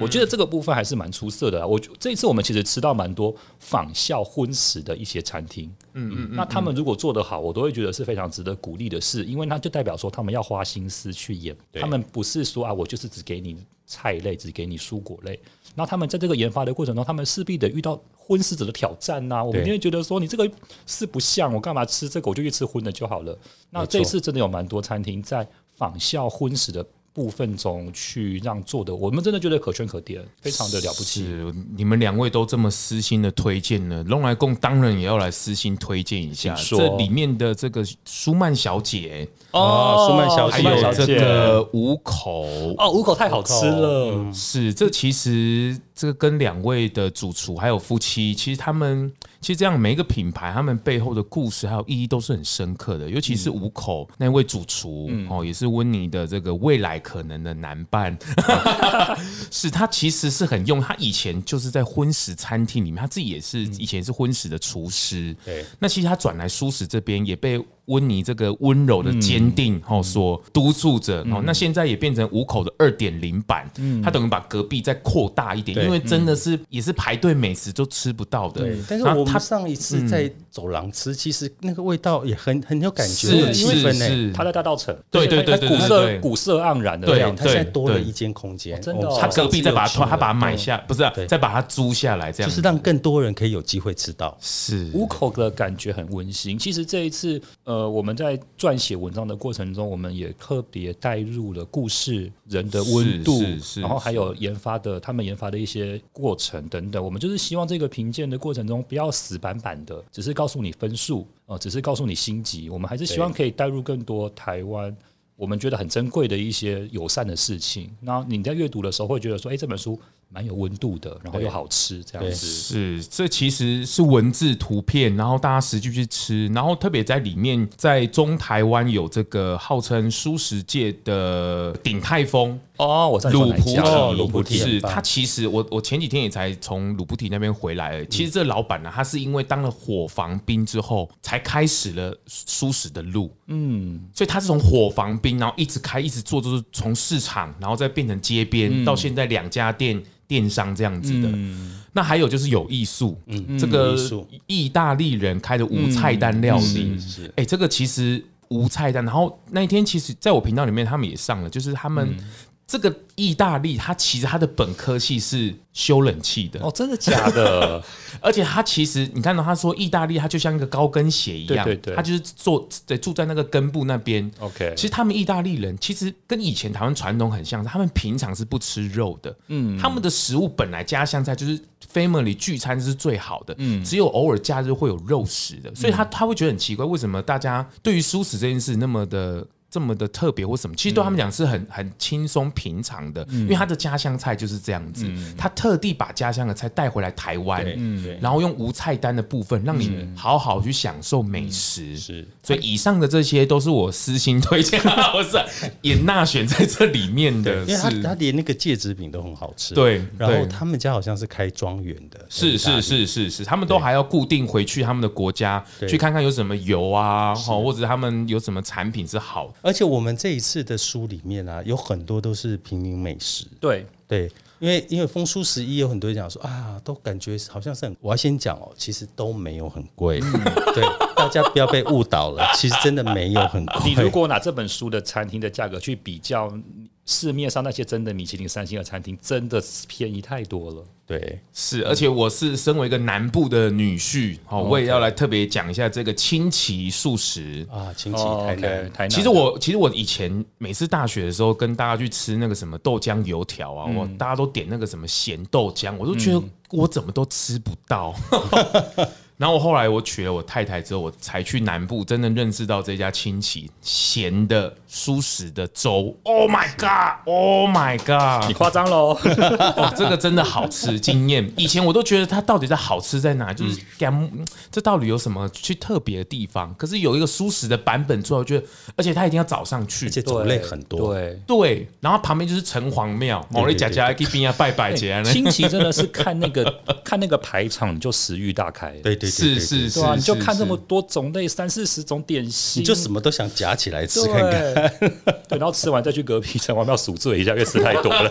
Speaker 2: 我觉得这个部分还是蛮出色的啊。我这一次我们其实吃到蛮多仿效荤食的一些餐厅。嗯嗯，那他们如果做得好，我都会觉得是非常值得鼓励的事，因为那就代表说他们要花心思去演，他们不是说啊，我就是只给你菜类，只给你蔬果类。那他们在这个研发的过程中，他们势必得遇到荤食者的挑战呐、我们一定会觉得说，你这个是不像我干嘛吃这个，我就去吃荤的就好了。那这一次真的有蛮多餐厅在仿效荤食的部分中去让做的，我们真的觉得可圈可点，非常的了不起。
Speaker 1: 是呃你们两位都这么私心的推荐了，龙来共当然也要来私心推荐一下
Speaker 2: 请说
Speaker 1: 这里面的这个舒曼小姐，
Speaker 3: 哦舒曼小
Speaker 1: 还
Speaker 3: 姐
Speaker 2: 舒曼
Speaker 1: 有
Speaker 2: 小
Speaker 1: 这
Speaker 2: 姐
Speaker 1: 个五口。
Speaker 2: 哦，五口太好吃
Speaker 1: 哦
Speaker 3: 哦
Speaker 2: 了，
Speaker 1: 是，这其实这个跟两位的主厨还有夫妻，其实他们其实这样每一个品牌，他们背后的故事还有意义都是很深刻的。尤其是五口、那位主厨、哦，也是温妮的这个未来可能的男伴，是他其实是很用，他以前就是在荤食餐厅里面，他自己也是以前是荤食的厨师。
Speaker 3: 嗯对
Speaker 1: 那其实他转来素食这边也被温妮这个温柔的坚
Speaker 3: 嗯
Speaker 1: 定哦所督促着哦，那现在也变成五口的二点零版，他等于把隔壁再扩大一点，
Speaker 3: 嗯对嗯
Speaker 1: 因为真的是也是排队美食都吃不到的
Speaker 3: 对，。但是
Speaker 1: 然后
Speaker 3: 我
Speaker 1: 他嗯
Speaker 3: 们上一次在走廊吃，其实那个味道也很很有感觉，很有
Speaker 1: 是
Speaker 3: 气
Speaker 1: 是
Speaker 3: 氛呢。
Speaker 1: 是，
Speaker 2: 它在大道城，
Speaker 1: 对对对
Speaker 2: 它
Speaker 1: 对
Speaker 2: 古
Speaker 1: 对对
Speaker 2: 色古色盎然的
Speaker 1: 对
Speaker 2: 这
Speaker 3: 对，
Speaker 2: 样
Speaker 3: 它
Speaker 1: 哦
Speaker 2: 子。
Speaker 1: 对
Speaker 3: 现在多了
Speaker 1: 对
Speaker 3: 一间空间，
Speaker 2: 真的哦
Speaker 3: 我们
Speaker 1: 他隔壁再把
Speaker 3: 上次
Speaker 1: 它
Speaker 3: 有去
Speaker 1: 他把它买
Speaker 3: 了，
Speaker 1: 下，不是啊
Speaker 3: 对
Speaker 1: 再把它租下来这
Speaker 3: 就
Speaker 1: 样
Speaker 3: 是
Speaker 1: 子。
Speaker 3: 让更多人可以有机会吃到。
Speaker 1: 是
Speaker 2: 五口的感觉很温馨。其实这一次，呃，我们在撰写文章的过程中，我们也特别带入了故事人的温度
Speaker 1: 是是，是
Speaker 2: 然后还有研发的他们研发的一些过程等等。我们就是希望这个评鉴的过程中不要死板板的，只是告诉你分数，呃，只是告诉你星级。我们还是希望可以带入更多台湾。我们觉得很珍贵的一些友善的事情，那你在阅读的时候会觉得说，哎、这本书蛮有温度的，然后又好吃，这样
Speaker 3: 对
Speaker 2: 子。
Speaker 1: 是，这其实是文字图片，然后大家实际去吃，然后特别在里面，在中台湾有这个号称素食界的鼎泰丰
Speaker 2: 哦，我在
Speaker 1: 嗯鲁菩提，
Speaker 3: 哦鲁菩提
Speaker 1: 是
Speaker 3: 很棒
Speaker 1: 他其实我我前几天也才从鲁菩提那边回来，其实
Speaker 3: 嗯
Speaker 1: 这老板呢、他是因为当了伙房兵之后，才开始了素食的路，嗯，所以他是从伙房兵，然后一直开一直做，就是从市场，然后再变成街边，
Speaker 3: 嗯
Speaker 1: 到现在两家店。电商这样子的，那还有就是有艺术，这个
Speaker 3: 有嗯艺术嗯
Speaker 1: 意大利人开的无菜单料理，
Speaker 3: 是
Speaker 1: 哎、这个其实无菜单。然后那一天其实在我频道里面他们也上了，就是他们
Speaker 2: 嗯
Speaker 1: 这个意大利，它其实它的本科系是修冷气的，
Speaker 2: 哦，真的假的？
Speaker 1: 而且它其实你看到他说意大利，它就像一个高跟鞋一样，
Speaker 2: 对对对哦
Speaker 1: 它就是坐对住在那个根部那边。
Speaker 2: OK
Speaker 1: 其实他们意大利人其实跟以前台湾传统很像，他们平常是不吃肉的，嗯，他们的食物本来家乡菜就是 family 聚餐是最好的，嗯，只有偶尔假日会有肉食的，所以他他会觉得很奇怪，为什么大家对于素食这件事那么的。这么的特别或什么，其实对他们讲是很很轻松平常的，因为他的家乡菜就是这样子，他特地把家乡的菜带回来台湾，
Speaker 3: 对对嗯
Speaker 1: 然后用无菜单的部分让你好好去享受美食。
Speaker 3: 是，
Speaker 1: 所以以上的这些都是我私心推 荐，我是啊也纳选在这里面的，
Speaker 3: 因为他他
Speaker 1: 是，
Speaker 3: 连那个戒指饼都很好吃。
Speaker 1: 对
Speaker 3: 然后
Speaker 1: 对
Speaker 3: 他们家好像是开庄园的，
Speaker 1: 是
Speaker 3: 在意大
Speaker 1: 是是
Speaker 3: 利，
Speaker 1: 是是，他们都还要固定回去他们的国家
Speaker 3: 对
Speaker 1: 去看看有什么油啊，哦，或者他们有什么产品是好的。
Speaker 3: 而且我们这一次的书里面啊，有很多都是平民美食。
Speaker 2: 对，
Speaker 3: 对，因为因为风叔十一有很多人讲说啊，都感觉好像是很，我要先讲哦，其实都没有很贵，
Speaker 2: 嗯
Speaker 3: 对，大家不要被误导了，其实真的没有很贵。
Speaker 2: 你如果拿这本书的餐厅的价格去比较市面上那些真的米其林三星的餐厅，真的是便宜太多了。
Speaker 3: 对
Speaker 1: 是，而且我是身为一个南部的女婿，哦，我也要来特别讲一下这个清奇素食
Speaker 3: 啊，亲戚
Speaker 2: 哦
Speaker 3: 台
Speaker 2: OK，
Speaker 3: 南
Speaker 2: 台南
Speaker 1: 其实我其实我以前每次大学的时候跟大家去吃那个什么豆浆油条啊，
Speaker 3: 嗯
Speaker 1: 我大家都点那个什么咸豆浆，我都觉得我怎么都吃不 到。然后后来我娶了我太太之后，我才去南部真正认识到这家亲戚咸的舒适的粥。Oh my god！Oh my
Speaker 2: 你
Speaker 1: god！
Speaker 2: 夸张 喽，
Speaker 1: 哦，这个真的好吃，惊艳！以前我都觉得它到底在好吃在哪，就是干、嗯这到底有什么去特别的地方？可是有一个舒适的版本出来，我觉得，而且它一定要早上去，
Speaker 3: 而且种类很多，
Speaker 2: 对。
Speaker 1: 对，然后旁边就是城隍庙，我
Speaker 3: 对
Speaker 1: 来
Speaker 3: 对
Speaker 1: 家家去边啊拜拜节啊，
Speaker 2: 亲戚真的是看那个看那个排场你就食欲大开，
Speaker 3: 对对
Speaker 1: 是是是
Speaker 2: 对啊，，你就是看这么
Speaker 1: 是
Speaker 2: 多种类，三四十种点心，
Speaker 3: 你就什么都想夹起来吃
Speaker 2: 对
Speaker 3: 看看。
Speaker 2: 对，然后吃完再去隔壁城隍庙赎罪一下，因为吃太多 了。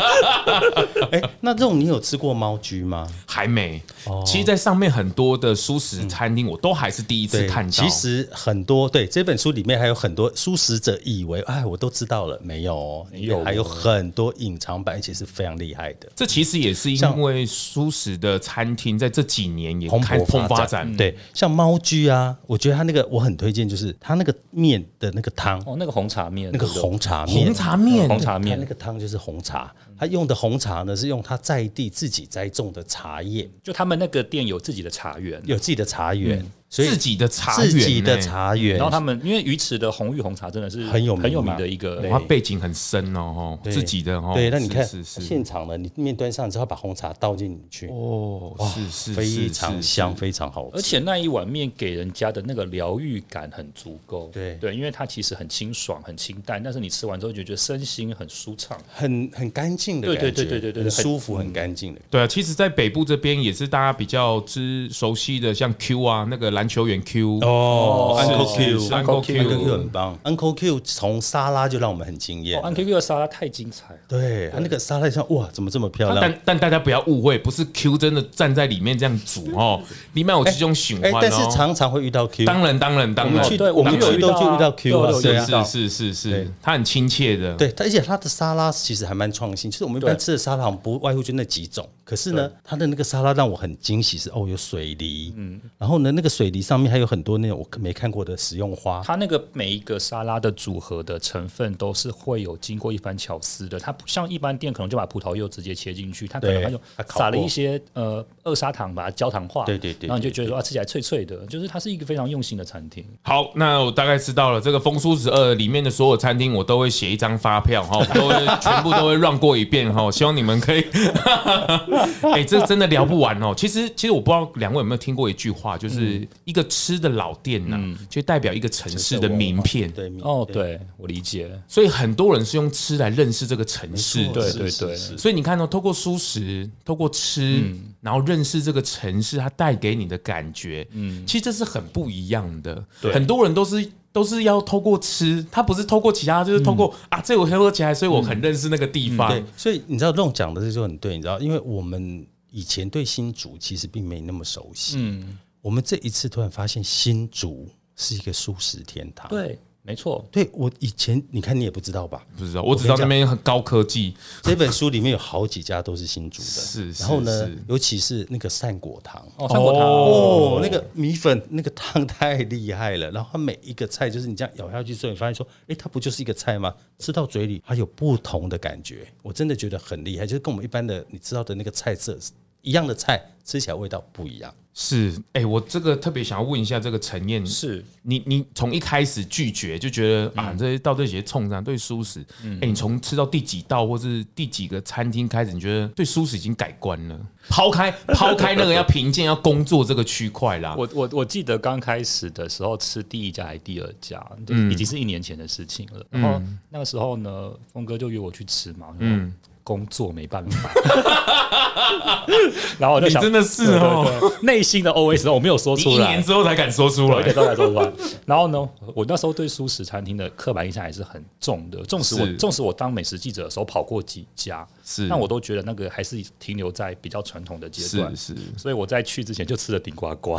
Speaker 3: 哎，那这种你有吃过猫居吗？
Speaker 1: 还没。
Speaker 3: 哦
Speaker 1: 其实，在上面很多的素食餐厅，我都还是第一次
Speaker 3: 嗯对，
Speaker 1: 看到。
Speaker 3: 其实很多对这本书里面还有很多素食者以为哎，我都知道了，没有哦，里面
Speaker 2: 有
Speaker 3: 还有
Speaker 2: 哦
Speaker 3: 很多隐藏版，而且是非常厉害的。
Speaker 1: 这其实也是因为素食的餐厅在这几年也
Speaker 3: 蓬
Speaker 1: 开
Speaker 3: 勃
Speaker 1: 蓬发
Speaker 3: 展
Speaker 1: 展，，
Speaker 3: 对，像猫居啊，我觉得它那个我很推荐，就是它那个面的那个汤，
Speaker 2: 哦，那个红茶面，
Speaker 3: 那个
Speaker 2: 对不对嗯
Speaker 3: 红茶面，
Speaker 1: 红茶面
Speaker 2: 红茶
Speaker 3: 它那
Speaker 2: 面
Speaker 3: 个汤就是红茶，它用的红茶呢是用它在地自己栽种的茶叶，
Speaker 2: 就他们那个店有自己的茶园，
Speaker 3: 有自己的茶园，所以
Speaker 1: 自己的茶园，欸
Speaker 3: 自己的，茶园
Speaker 2: 然后，他们因为鱼池的红玉红茶真的是
Speaker 3: 很有名
Speaker 2: 很有名
Speaker 3: 嘛
Speaker 2: 的一个
Speaker 3: 对
Speaker 1: 哇，背景很深哦，吼
Speaker 3: 对
Speaker 1: 自己的哦，
Speaker 3: 对，那你
Speaker 1: 是
Speaker 3: 看
Speaker 1: 是是
Speaker 3: 现场呢，你面端上之后把红茶倒进去，
Speaker 1: 哦，是是
Speaker 3: 非
Speaker 1: 是
Speaker 3: 常
Speaker 1: 是
Speaker 3: 香，非常好吃，
Speaker 2: 而且那一碗面给人家的那个疗愈感很足够，
Speaker 3: 对
Speaker 2: 对，因为它其实很清爽、很清淡，但是你吃完之后就觉得身心很舒畅。
Speaker 3: 很很干净的
Speaker 2: 对
Speaker 3: 感觉，
Speaker 2: 对对对对对
Speaker 3: 很
Speaker 2: 很
Speaker 3: 舒服，很干净的。
Speaker 1: 对啊，其实，在北部这边也是大家比较知熟悉的，像 Q 啊，那个篮球员 Q
Speaker 3: 哦，Uncle
Speaker 1: 是是
Speaker 3: Q，
Speaker 1: 是 Uncle Q
Speaker 3: Uncle Q 很棒，Uncle Q 从沙拉就让我们很惊艳
Speaker 2: 哦，。安 Q Q 的沙拉太精彩了，
Speaker 3: 对，它那个沙拉上，哇，怎么这么漂亮？
Speaker 1: 但但大家不要误会，不是 Q 真的站在里面这样煮 哦，里面有这种循
Speaker 3: 哎
Speaker 1: 环，
Speaker 3: 但是
Speaker 1: 哦。
Speaker 3: 常常会遇到 Q，
Speaker 1: 当然当然哦当然，
Speaker 3: 去
Speaker 2: 对，
Speaker 3: 我们
Speaker 2: 们有
Speaker 3: 去都
Speaker 2: 啊
Speaker 3: 就遇到 Q 啊
Speaker 2: 对
Speaker 3: 对啊
Speaker 2: 对对，
Speaker 1: 是是是
Speaker 3: 对
Speaker 1: 是，他很亲切的，
Speaker 3: 对，它而且它的沙拉其实还蛮创新，就是我们一般
Speaker 2: 对
Speaker 3: 吃的沙拉好像不外乎就那几种，可是呢，它的那个沙拉让我很惊喜是哦，有水梨，嗯，然后呢，那个水梨上面还有很多那种我没看过的食用花，
Speaker 2: 它那个每一个沙拉的组合的成分都是会有经过一番巧思的，它不像一般店可能就把葡萄柚直接切进去，它可能
Speaker 3: 对
Speaker 2: 还有
Speaker 3: 它烤
Speaker 2: 撒了
Speaker 3: 过
Speaker 2: 一些呃二砂糖把它焦糖化，
Speaker 3: 对对对
Speaker 2: 然后你就觉得说啊吃起来脆脆的，就是它是一个非常用心的餐厅。
Speaker 1: 好，那我大概知道了。这个《风叔十二》里面的所有餐厅，我都会写一张发票 哈，都会全部都会 run 过一遍哈。希望你们可以， 哎、这真的聊不完哦。其实，其实我不知道两位有没有听过一句话，
Speaker 3: 嗯
Speaker 1: 就是一个吃的老店呐、就代表一个城市的名片。
Speaker 3: 对，米
Speaker 2: 哦，对我理解，
Speaker 1: 所以很多人是用吃来认识这个城市的。
Speaker 2: 对
Speaker 3: 是
Speaker 2: 对
Speaker 3: 是
Speaker 2: 对，
Speaker 3: 是
Speaker 1: 所以你看哦，透过舒适，透过吃，然后认识这个城市，它带给你的感觉，嗯，其实这是很不一样的。很多人都是都是要透过吃，他不是透过其他，就是透过、啊，这我喝起来，所以我很认识那个地方。
Speaker 3: 对，所以你知道弄讲的这就很对，你知道，因为我们以前对新竹其实并没那么熟悉，嗯，我们这一次突然发现新竹是一个素食天堂，，
Speaker 2: 对，没错，
Speaker 3: 对我以前你看你也不知道吧？
Speaker 1: 不知道，我只知道那边很高科技，
Speaker 3: 这本书里面有好几家都是新竹的，
Speaker 1: 是是
Speaker 3: 然后呢
Speaker 1: 是，
Speaker 3: 尤其是那个善果堂。
Speaker 2: 哦，三果汤。
Speaker 3: 哦，那个米粉那个汤太厉害了，然后它每一个菜就是你这样咬下去之后，你发现说，哎，它不就是一个菜吗？吃到嘴里它有不同的感觉，我真的觉得很厉害，就是跟我们一般的你知道的那个菜色一样的菜，吃起来味道不一样。
Speaker 1: 是哎、我这个特别想要问一下这个陈燕，
Speaker 2: 是
Speaker 1: 你你从一开始拒绝就觉得啊，这些到这些冲上对舒适，哎、你从吃到第几道或是第几个餐厅开始，你觉得对舒适已经改观了？抛开 抛开那个要评鉴要工作这个区块啦，
Speaker 2: 我我我记得刚开始的时候吃第一家还是第二家，就是
Speaker 1: 嗯
Speaker 2: 已经是一年前的事情了。然后那个时候呢，峰哥就约我去吃嘛，嗯，工作没办法， 然后我就
Speaker 1: 你
Speaker 2: 想，
Speaker 1: 真的是哦，
Speaker 2: 对，对对内心的 OS 我没有说
Speaker 1: 你
Speaker 2: 出
Speaker 1: 一
Speaker 2: 来
Speaker 1: 年，之后才敢说出
Speaker 2: 我一
Speaker 1: 来
Speaker 2: 点，都来说出来。然后呢，我那时候对素食餐厅的刻板印象还是很重的，纵使我
Speaker 1: 是
Speaker 2: 纵使我当美食记者的时候跑过几家，
Speaker 1: 是
Speaker 2: 但我都觉得那个还是停留在比较传统的阶段
Speaker 1: 是。是，
Speaker 2: 所以我在去之前就吃了顶呱呱，，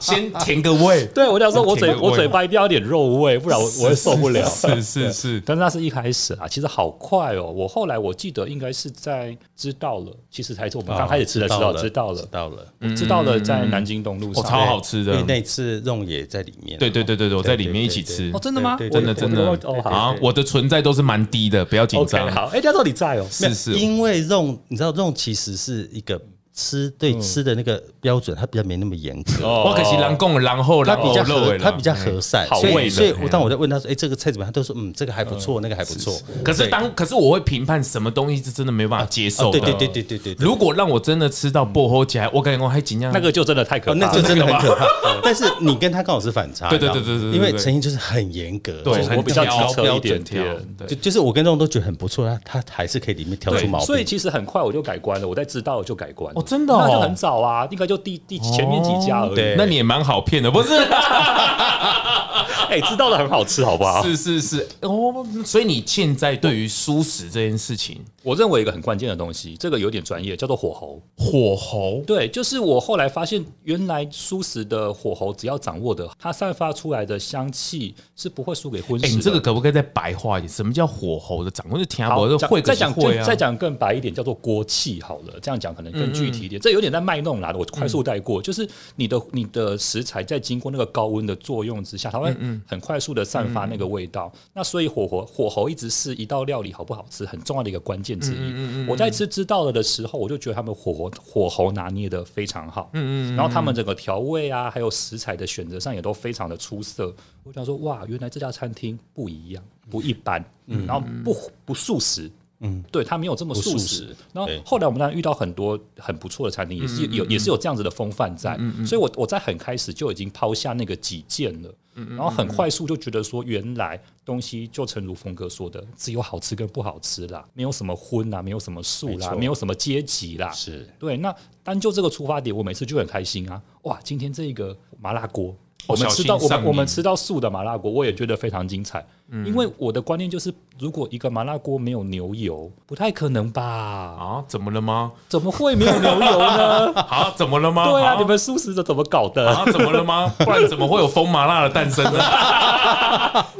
Speaker 1: 先填个位
Speaker 2: 对我想说，我
Speaker 1: 挺
Speaker 2: 嘴
Speaker 1: 有味
Speaker 2: 我嘴巴一定要有点肉味，不然我我会受不了。
Speaker 1: 是是是，
Speaker 2: 但是那是一开始啊，其实好快哦。我后来我记得应该是在知道了，其实才是我们刚开始吃的时候
Speaker 3: 哦
Speaker 2: 知道
Speaker 3: 知
Speaker 2: 了，
Speaker 3: 道了，
Speaker 2: 知道了在南京东路
Speaker 1: 我
Speaker 2: 上。
Speaker 1: 超好吃
Speaker 3: 因为
Speaker 1: 的，
Speaker 3: 那次弄也在里面。
Speaker 1: 对对对对对，我在里面一起
Speaker 3: 对
Speaker 1: 吃
Speaker 2: 哦，，真的吗？
Speaker 3: 对对
Speaker 1: 真的
Speaker 2: 我
Speaker 1: 真
Speaker 2: 我
Speaker 1: 的
Speaker 2: 我哦，好。
Speaker 1: 啊，我的存在都是蛮低的，不要紧
Speaker 2: OK，
Speaker 1: 张，
Speaker 2: 好，哎，那时候你在哦，
Speaker 1: 是是，
Speaker 3: 因为肉，你知道肉其实是一个吃对吃的那个标准，它比较没那么严格。
Speaker 2: 哦
Speaker 1: 我可是狼共狼后
Speaker 3: 他
Speaker 1: 狼
Speaker 3: 比较
Speaker 1: 后肉
Speaker 3: 和
Speaker 1: 的啦嗯
Speaker 3: 他比较和善，
Speaker 2: 好
Speaker 3: 所以
Speaker 2: 味的
Speaker 3: 所以我当我在问他说：“哎，这个菜怎么样？”他都说：“嗯，这个还不错，那个还不错。”
Speaker 1: 可是
Speaker 3: 对
Speaker 1: 当可是我会评判什么东西是真的没办法接受
Speaker 3: 哦
Speaker 1: 的。
Speaker 3: 对对对对对对对，
Speaker 1: 如果让我真的吃到薄荷起来，我感觉我还尽量
Speaker 2: 那个就真的太可
Speaker 3: 哦，
Speaker 2: 怕
Speaker 3: 那
Speaker 2: 了。
Speaker 3: 就真的很可怕。 但是你跟他刚好是反差，
Speaker 1: 对对
Speaker 3: 你知道吗
Speaker 1: 对对对对
Speaker 3: 因为
Speaker 1: 对
Speaker 3: 陈英就是很严格，
Speaker 1: 对
Speaker 3: 就是
Speaker 1: 很
Speaker 2: 我比较
Speaker 1: 挑
Speaker 2: 挑
Speaker 1: 标
Speaker 2: 一点
Speaker 1: 准挑
Speaker 2: 点
Speaker 1: 对
Speaker 3: 就就是我跟肉都觉得很不错，他他还是可以里面挑出毛
Speaker 2: 所以
Speaker 3: 病。
Speaker 2: 其实很快我就改观了，我在知道了就改观了。
Speaker 1: 哦，哦，真的
Speaker 2: 那就很
Speaker 1: 哦，
Speaker 2: 早啊，应该就第第前面几家而已。
Speaker 3: 对
Speaker 1: 那你也蛮好骗的，不是？
Speaker 2: 哎、知道的很好吃，好不好？
Speaker 1: 是是是，哦，所以你现在对于素食这件事情，
Speaker 2: 我认为一个很关键的东西，这个有点专业，叫做火候。
Speaker 1: 火候
Speaker 2: 对，就是我后来发现，原来素食的火候只要掌握的，它散发出来的香气是不会输给荤食
Speaker 1: 哎、
Speaker 2: 的。
Speaker 1: 你这个可不可以再白话一点？什么叫火候的掌握？就听
Speaker 2: 好
Speaker 1: 我，就
Speaker 2: 讲
Speaker 1: 会
Speaker 2: 再
Speaker 1: 个
Speaker 2: 讲
Speaker 1: 会
Speaker 2: 更
Speaker 1: 啊，
Speaker 2: 再讲更白一点，叫做锅气好了。这样讲可能更具体一点，这有点在卖弄啦。我快速带过，就是你的你的食材在经过那个高温的作用之下，它会很快速的散发那个味道。那所以火候火候一直是一道料理好不好吃很重要的一个关键之一。我在吃知道了的时候，我就觉得他们火候火候拿捏的非常好，嗯嗯，然后他们整个调味啊，还有食材的选择上也都非常的出色。我想说，哇，原来这家餐厅不一样，不一般，嗯，然后不不素食。嗯，对，它没有这么素
Speaker 3: 素
Speaker 2: 食
Speaker 3: 食。
Speaker 2: 然后
Speaker 3: 对
Speaker 2: 后来我们当然遇到很多很不错的餐厅，也是有也是有这样子的风范在。所以我我在很开始就已经抛下那个己见了，然后很快速就觉得说，原来东西就诚如峰哥说的，只有好吃跟不好吃啦，没有什么荤啦，没有什么素
Speaker 3: 没
Speaker 2: 啦，
Speaker 3: 错
Speaker 2: 没有什么阶级啦，
Speaker 3: 是
Speaker 2: 对，那单就这个出发点，我每次就很开心啊！哇，今天这个麻辣锅，我们
Speaker 1: 哦小
Speaker 2: 吃
Speaker 1: 心
Speaker 2: 到我
Speaker 1: 上
Speaker 2: 们我
Speaker 1: 瘾
Speaker 2: 们
Speaker 1: 嗯
Speaker 2: 吃到素的麻辣锅，我也觉得非常精彩。因为我的观念就是，如果一个麻辣锅没有牛油，不太可能吧？
Speaker 1: 啊？怎么了吗？
Speaker 2: 怎么会没有牛油 呢？
Speaker 1: 啊，怎么了吗？
Speaker 2: 对啊，你们素食者怎么搞的？
Speaker 1: 啊，怎么了吗？不然怎么会有风麻辣的诞生呢？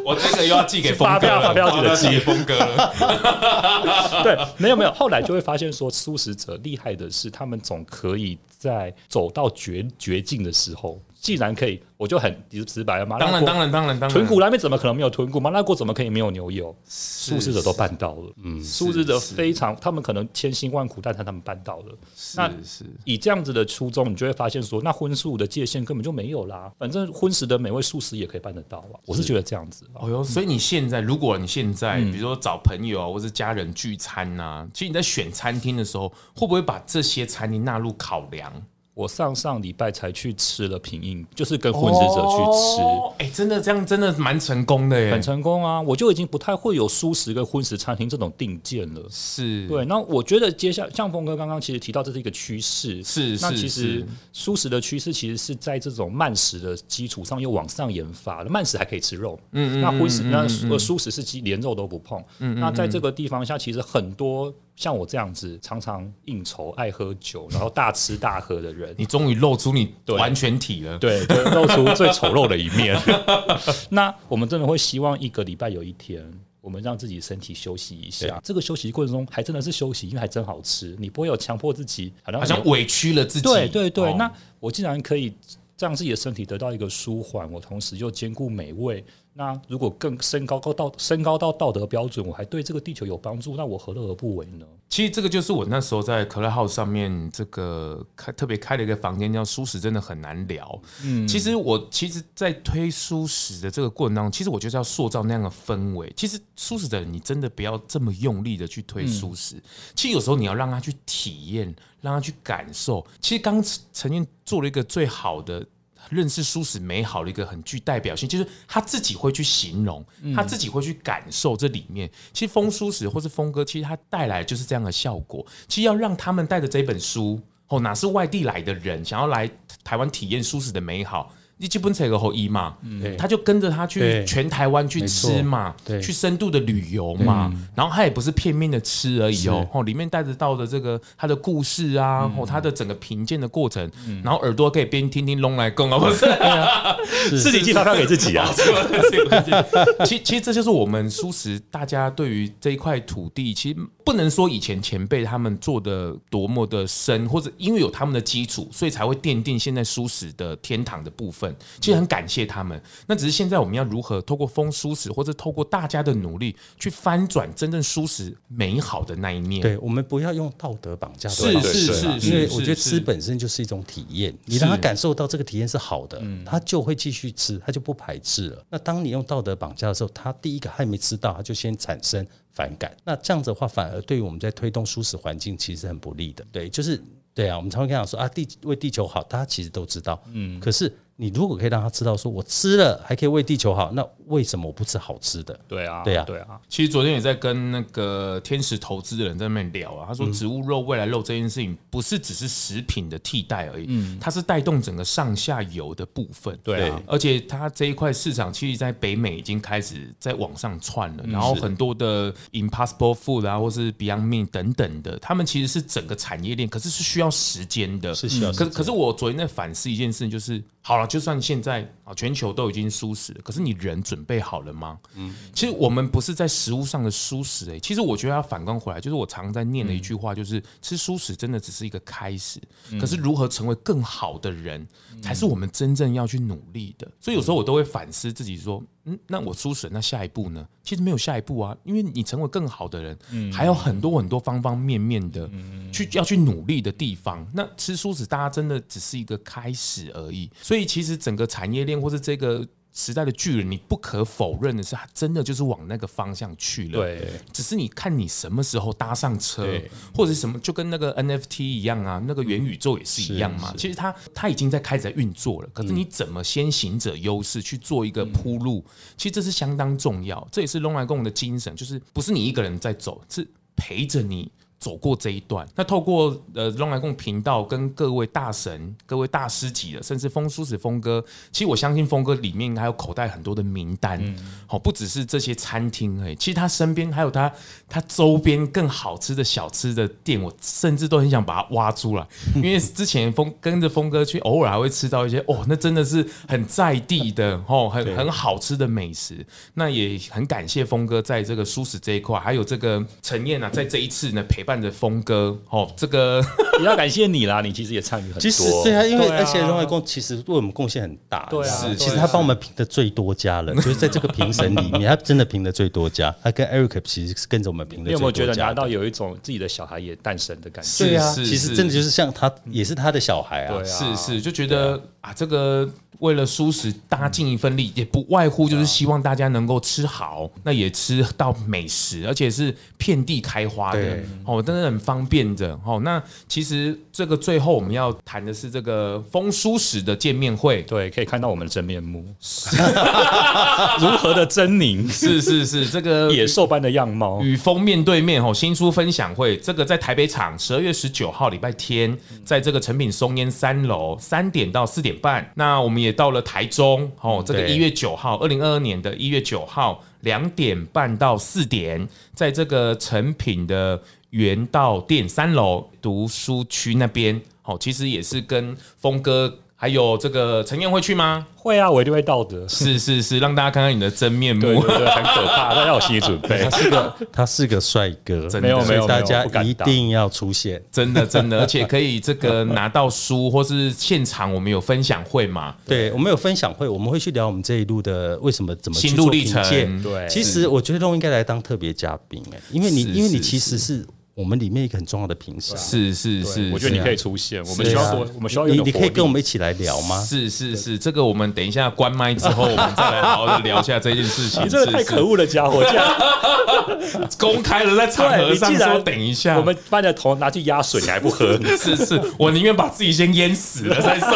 Speaker 1: 我这个又要寄给峰 哥了，
Speaker 2: 发票发票记得
Speaker 1: 我要
Speaker 2: 寄
Speaker 1: 寄给峰哥了。
Speaker 2: 对，没有没有。后来就会发现说，素食者厉害的是，他们总可以在走到绝绝境的时候，既然可以，我就很直白了，啊麻
Speaker 1: 当
Speaker 2: 辣锅
Speaker 1: 然，当然，当然，当然，
Speaker 2: 豚骨拉面怎么可能没有豚骨？麻辣锅怎么可以没有牛油？素食者都办到了，嗯，素食者非常，他们可能千辛万苦，但是他们办到了。那
Speaker 1: 是是
Speaker 2: 以这样子的初衷，你就会发现说，那荤素的界限根本就没有啦。反正荤食的美味，素食也可以办得到啊。我是觉得这样子啊，
Speaker 1: 哦哟，所以你现在，如果你现在，
Speaker 2: 嗯
Speaker 1: 比如说找朋友啊，或是家人聚餐呐、其实你在选餐厅的时候，会不会把这些餐厅纳入考量？
Speaker 2: 我上上礼拜才去吃了平印，就是跟荤食者去吃。
Speaker 1: 哦，哎、真的这样真的蛮成功的耶
Speaker 2: 很，成功啊！我就已经不太会有素食跟荤食餐厅这种定见了。
Speaker 1: 是，
Speaker 2: 对，那我觉得接下像峰哥刚刚其实提到，这是一个趋势，
Speaker 1: 是
Speaker 2: 那
Speaker 1: 是
Speaker 2: 其实
Speaker 1: 是
Speaker 2: 素食的趋势其实是在这种慢食的基础上又往上研发了，慢食还可以吃肉，嗯那荤食那呃素食是鸡连肉都不碰，嗯那在这个地方下，其实很多像我这样子常常应酬、爱喝酒，然后大吃大喝的人，
Speaker 1: 你终于露出你完全体了。
Speaker 2: 对，就露出最丑陋的一面。 那我们真的会希望一个礼拜有一天。我们让自己身体休息一下，这个休息过程中还真的是休息，因为还真好吃，你不会有强迫自己，好像
Speaker 1: 好像
Speaker 2: 没
Speaker 1: 委屈了自己，
Speaker 2: 对对对。
Speaker 1: 哦
Speaker 2: 那我竟然可以让自己的身体得到一个舒缓，我同时又兼顾美味。那如果更升高高到升高到道德标准，我还对这个地球有帮助，那我何乐而不为呢？
Speaker 1: 其实这个就是我那时候在 Clubhouse 上面这个开特别开了一个房间，叫“舒适真的很难聊”。嗯，其实我其实，在推舒适的这个过程当中，其实我就是要塑造那样的氛围。其实舒适的人，你真的不要这么用力的去推舒适。其实有时候你要让他去体验，让他去感受。其实刚曾经做了一个最好的。认识舒适美好的一个很具代表性，就是他自己会去形容，他自己会去感受这里面。其实风舒适或是风哥，其实他带来就是这样的效果。其实要让他们带着这本书，哦，哪是外地来的人想要来台湾体验舒适的美好，你基本这个后一嘛，他就跟着他去
Speaker 3: 对
Speaker 1: 全台湾去吃嘛，
Speaker 3: 对嗯
Speaker 1: 去深度的旅游嘛，然后他也不是片面的吃而已哦，哦，里面带得到的这个他的故事啊，
Speaker 3: 嗯
Speaker 1: 哦，他的整个评鉴的过程，然后耳朵可以边听听龙来更 哦，不是。
Speaker 2: 自己寄发票给自 己啊！
Speaker 1: 其其实这就是我们舒适大家对于这一块土地，其实不能说以前前辈他们做的多么的深，或者因为有他们的基础，所以才会奠定现在舒适的天堂的部分。其实很感谢他
Speaker 2: 嗯
Speaker 1: 们。那只是现在我们要如何透过风舒适，或者透过大家的努力，去翻转真正舒适美好的那一面。
Speaker 3: 对，我们不要用道德绑架
Speaker 1: 是
Speaker 3: 对方，啊
Speaker 1: 是是是
Speaker 3: 因为
Speaker 1: 是
Speaker 3: 我觉得
Speaker 1: 是
Speaker 3: 吃本身就是一种体验，你让他感受到这个体验是好的，他就会继续吃，他就不排斥了。那当你用道德绑架的时候，他第一个还没吃到，他就先产生反感。那这样子的话，反而对于我们在推动舒适环境其实很不利的。对，就是对啊，我们常会跟他讲说啊，地为地球好，大家其实都知道，嗯，可是你如果可以让他知道，说我吃了还可以为地球好，那为什么我不吃好吃的？
Speaker 2: 对啊，
Speaker 3: 对啊
Speaker 2: 对啊，
Speaker 1: 其实昨天也在跟那个天使投资的人在那边聊啊，他
Speaker 2: 嗯
Speaker 1: 说植物肉、未来肉这件事情不是只是食品的替代而已，它是带动整个上下游的部分。
Speaker 2: 嗯对啊，
Speaker 1: 而且它这一块市场，其实在北美已经开始在往上窜了。
Speaker 2: 嗯
Speaker 1: 然后很多的 Impossible Food 啊，或是 Beyond Meat 等等的，他们其实是整个产业链，可是是需要时间的。
Speaker 3: 是需要时
Speaker 1: 可
Speaker 3: 间
Speaker 1: 可是我昨天在反思一件事情，就是好了，就算现在啊全球都已经舒适了，可是你人准备好了吗？嗯，其实我们不是在食物上的舒适诶、欸其实我觉得要反观回来，就是我常在念的一句话，就是、吃舒适真的只是一个开始，可是如何成为更好的人，才是我们真正要去努力的。所以有时候我都会反思自己说，嗯，那我舒适，那下一步呢？其实没有下一步啊，因为你成为更好的人，还有很多很多方方面面的、去要去努力的地方。那吃舒适，大家真的只是一个开始而已。所以其实整个产业链或是这个。时代的巨人，你不可否认的是，它真的就是往那个方向去了。
Speaker 2: 对，
Speaker 1: 只是你看你什么时候搭上车
Speaker 2: 对，
Speaker 1: 或者是什么，就跟那个 NFT 一样啊，那个元宇宙也是一样嘛。其实它它已经在开始在运作了，可是你怎么先行者优势去做一个铺路，其实这是相当重要。这也是龙来共的精神，就是不是你一个人在走，是陪着你。走过这一段，那透过呃龙来共频道跟各位大神、各位大师级的，甚至风叔子峰哥，其实我相信峰哥里面还有口袋很多的名单，好、不只是这些餐厅而已，其实他身边还有他他周边更好吃的小吃的店，我甚至都很想把它挖出 来，因为之前峰跟着峰哥去，偶尔还会吃到一些哦，那真的是很在地的哦，很很好吃的美食。那也很感谢峰哥在这个舒适这一块，还有这个陈燕啊，在这一次呢陪伴着峰哥哦，这个。
Speaker 2: 也要感谢你啦，你其实也参与很多，
Speaker 3: 其实对啊，因为
Speaker 2: 对啊
Speaker 3: 而且荣外公其实为我们贡献很大，
Speaker 2: 对啊是对
Speaker 3: 你知道吗
Speaker 2: 啊
Speaker 3: 其实他帮我们评的最多家了，就是在这个评审里面，他真的评的最多家，他跟 Eric 其实是跟着我们评
Speaker 2: 你
Speaker 3: 的
Speaker 2: 有
Speaker 3: 最
Speaker 2: 没有
Speaker 3: 多
Speaker 2: 觉得拿
Speaker 3: 家的。
Speaker 2: 到有一种自己的小孩也诞生的感觉？
Speaker 3: 对啊，
Speaker 1: 是是
Speaker 3: 其实真的就是像他，也是他的小孩啊
Speaker 2: 对。
Speaker 1: 是
Speaker 2: 啊，
Speaker 1: 是，就觉得啊，这个为了舒适，大家尽一份力，也不外乎就是希望大家能够吃好，那也吃到美食，而且是遍地开花的
Speaker 3: 对
Speaker 1: 哦，真的很方便的哦。那其实这个最后我们要谈的是这个风舒适的见面会，
Speaker 2: 对，可以看到我们的真面目， 如何的狰狞，
Speaker 1: 是是是，这 个
Speaker 2: 野兽般的样貌。
Speaker 1: 与风面对面哦，新书分享会，这个在台北场，十二月十九号礼拜天，在这个成品松烟三楼，三点到四点半。那我们也到了台中哦，这个
Speaker 3: 对
Speaker 1: 一月九号，二零二二年的一月九号，两点半到四点，在这个成品的原道店三楼读书区那边哦，其实也是跟峰哥还有这个陈燕会去吗？
Speaker 2: 会啊，我一定会到的。
Speaker 1: 是是是，让大家看看你的真面
Speaker 2: 对
Speaker 1: 目
Speaker 2: 对。对，很可怕，大家有心理准备
Speaker 3: 他。是个，他是个帅哥，
Speaker 1: 真的
Speaker 2: 没 有没
Speaker 3: 所
Speaker 2: 有，
Speaker 3: 以大
Speaker 2: 没有
Speaker 3: 家
Speaker 2: 不敢
Speaker 3: 一
Speaker 2: 当
Speaker 3: 定要出现。
Speaker 1: 真的真的，而且可以这个拿到书，或是现场我们有分享会嘛？
Speaker 3: 对，我们有分享会，我们会去聊我们这一路的为什么怎么去
Speaker 1: 心路
Speaker 3: 做
Speaker 1: 历
Speaker 3: 评
Speaker 1: 程
Speaker 3: 鉴
Speaker 2: 对
Speaker 3: 其实我觉得龙应该来当特别嘉宾哎、因为你
Speaker 1: 是
Speaker 3: 因为你
Speaker 1: 是
Speaker 3: 其实是我们里面一个很重要的评审，
Speaker 1: 是是是，
Speaker 2: 我觉得你
Speaker 1: 是
Speaker 2: 可以出现，我
Speaker 1: 啊
Speaker 2: 们
Speaker 1: 是
Speaker 2: 需
Speaker 3: 对
Speaker 2: 要
Speaker 3: 啊
Speaker 2: 多，我们需要有
Speaker 3: 你
Speaker 2: 点
Speaker 3: 你可以跟
Speaker 2: 活
Speaker 3: 我
Speaker 2: 力
Speaker 3: 们一起来聊
Speaker 2: 啊
Speaker 3: 吗？
Speaker 1: 是是是，这个我们等一下关麦之后，我们再来好好的聊一下这件事情。
Speaker 2: 你这个
Speaker 1: 是
Speaker 2: 太
Speaker 1: 是
Speaker 2: 可恶的家伙，竟然
Speaker 1: 公开了在场
Speaker 2: 对
Speaker 1: 合
Speaker 2: 你
Speaker 1: 上
Speaker 2: 竟
Speaker 1: 说
Speaker 2: 然
Speaker 1: 等一下，
Speaker 2: 我们把你的头拿去压水，你还不喝，
Speaker 1: 是是，我宁愿把自己先淹死了再说。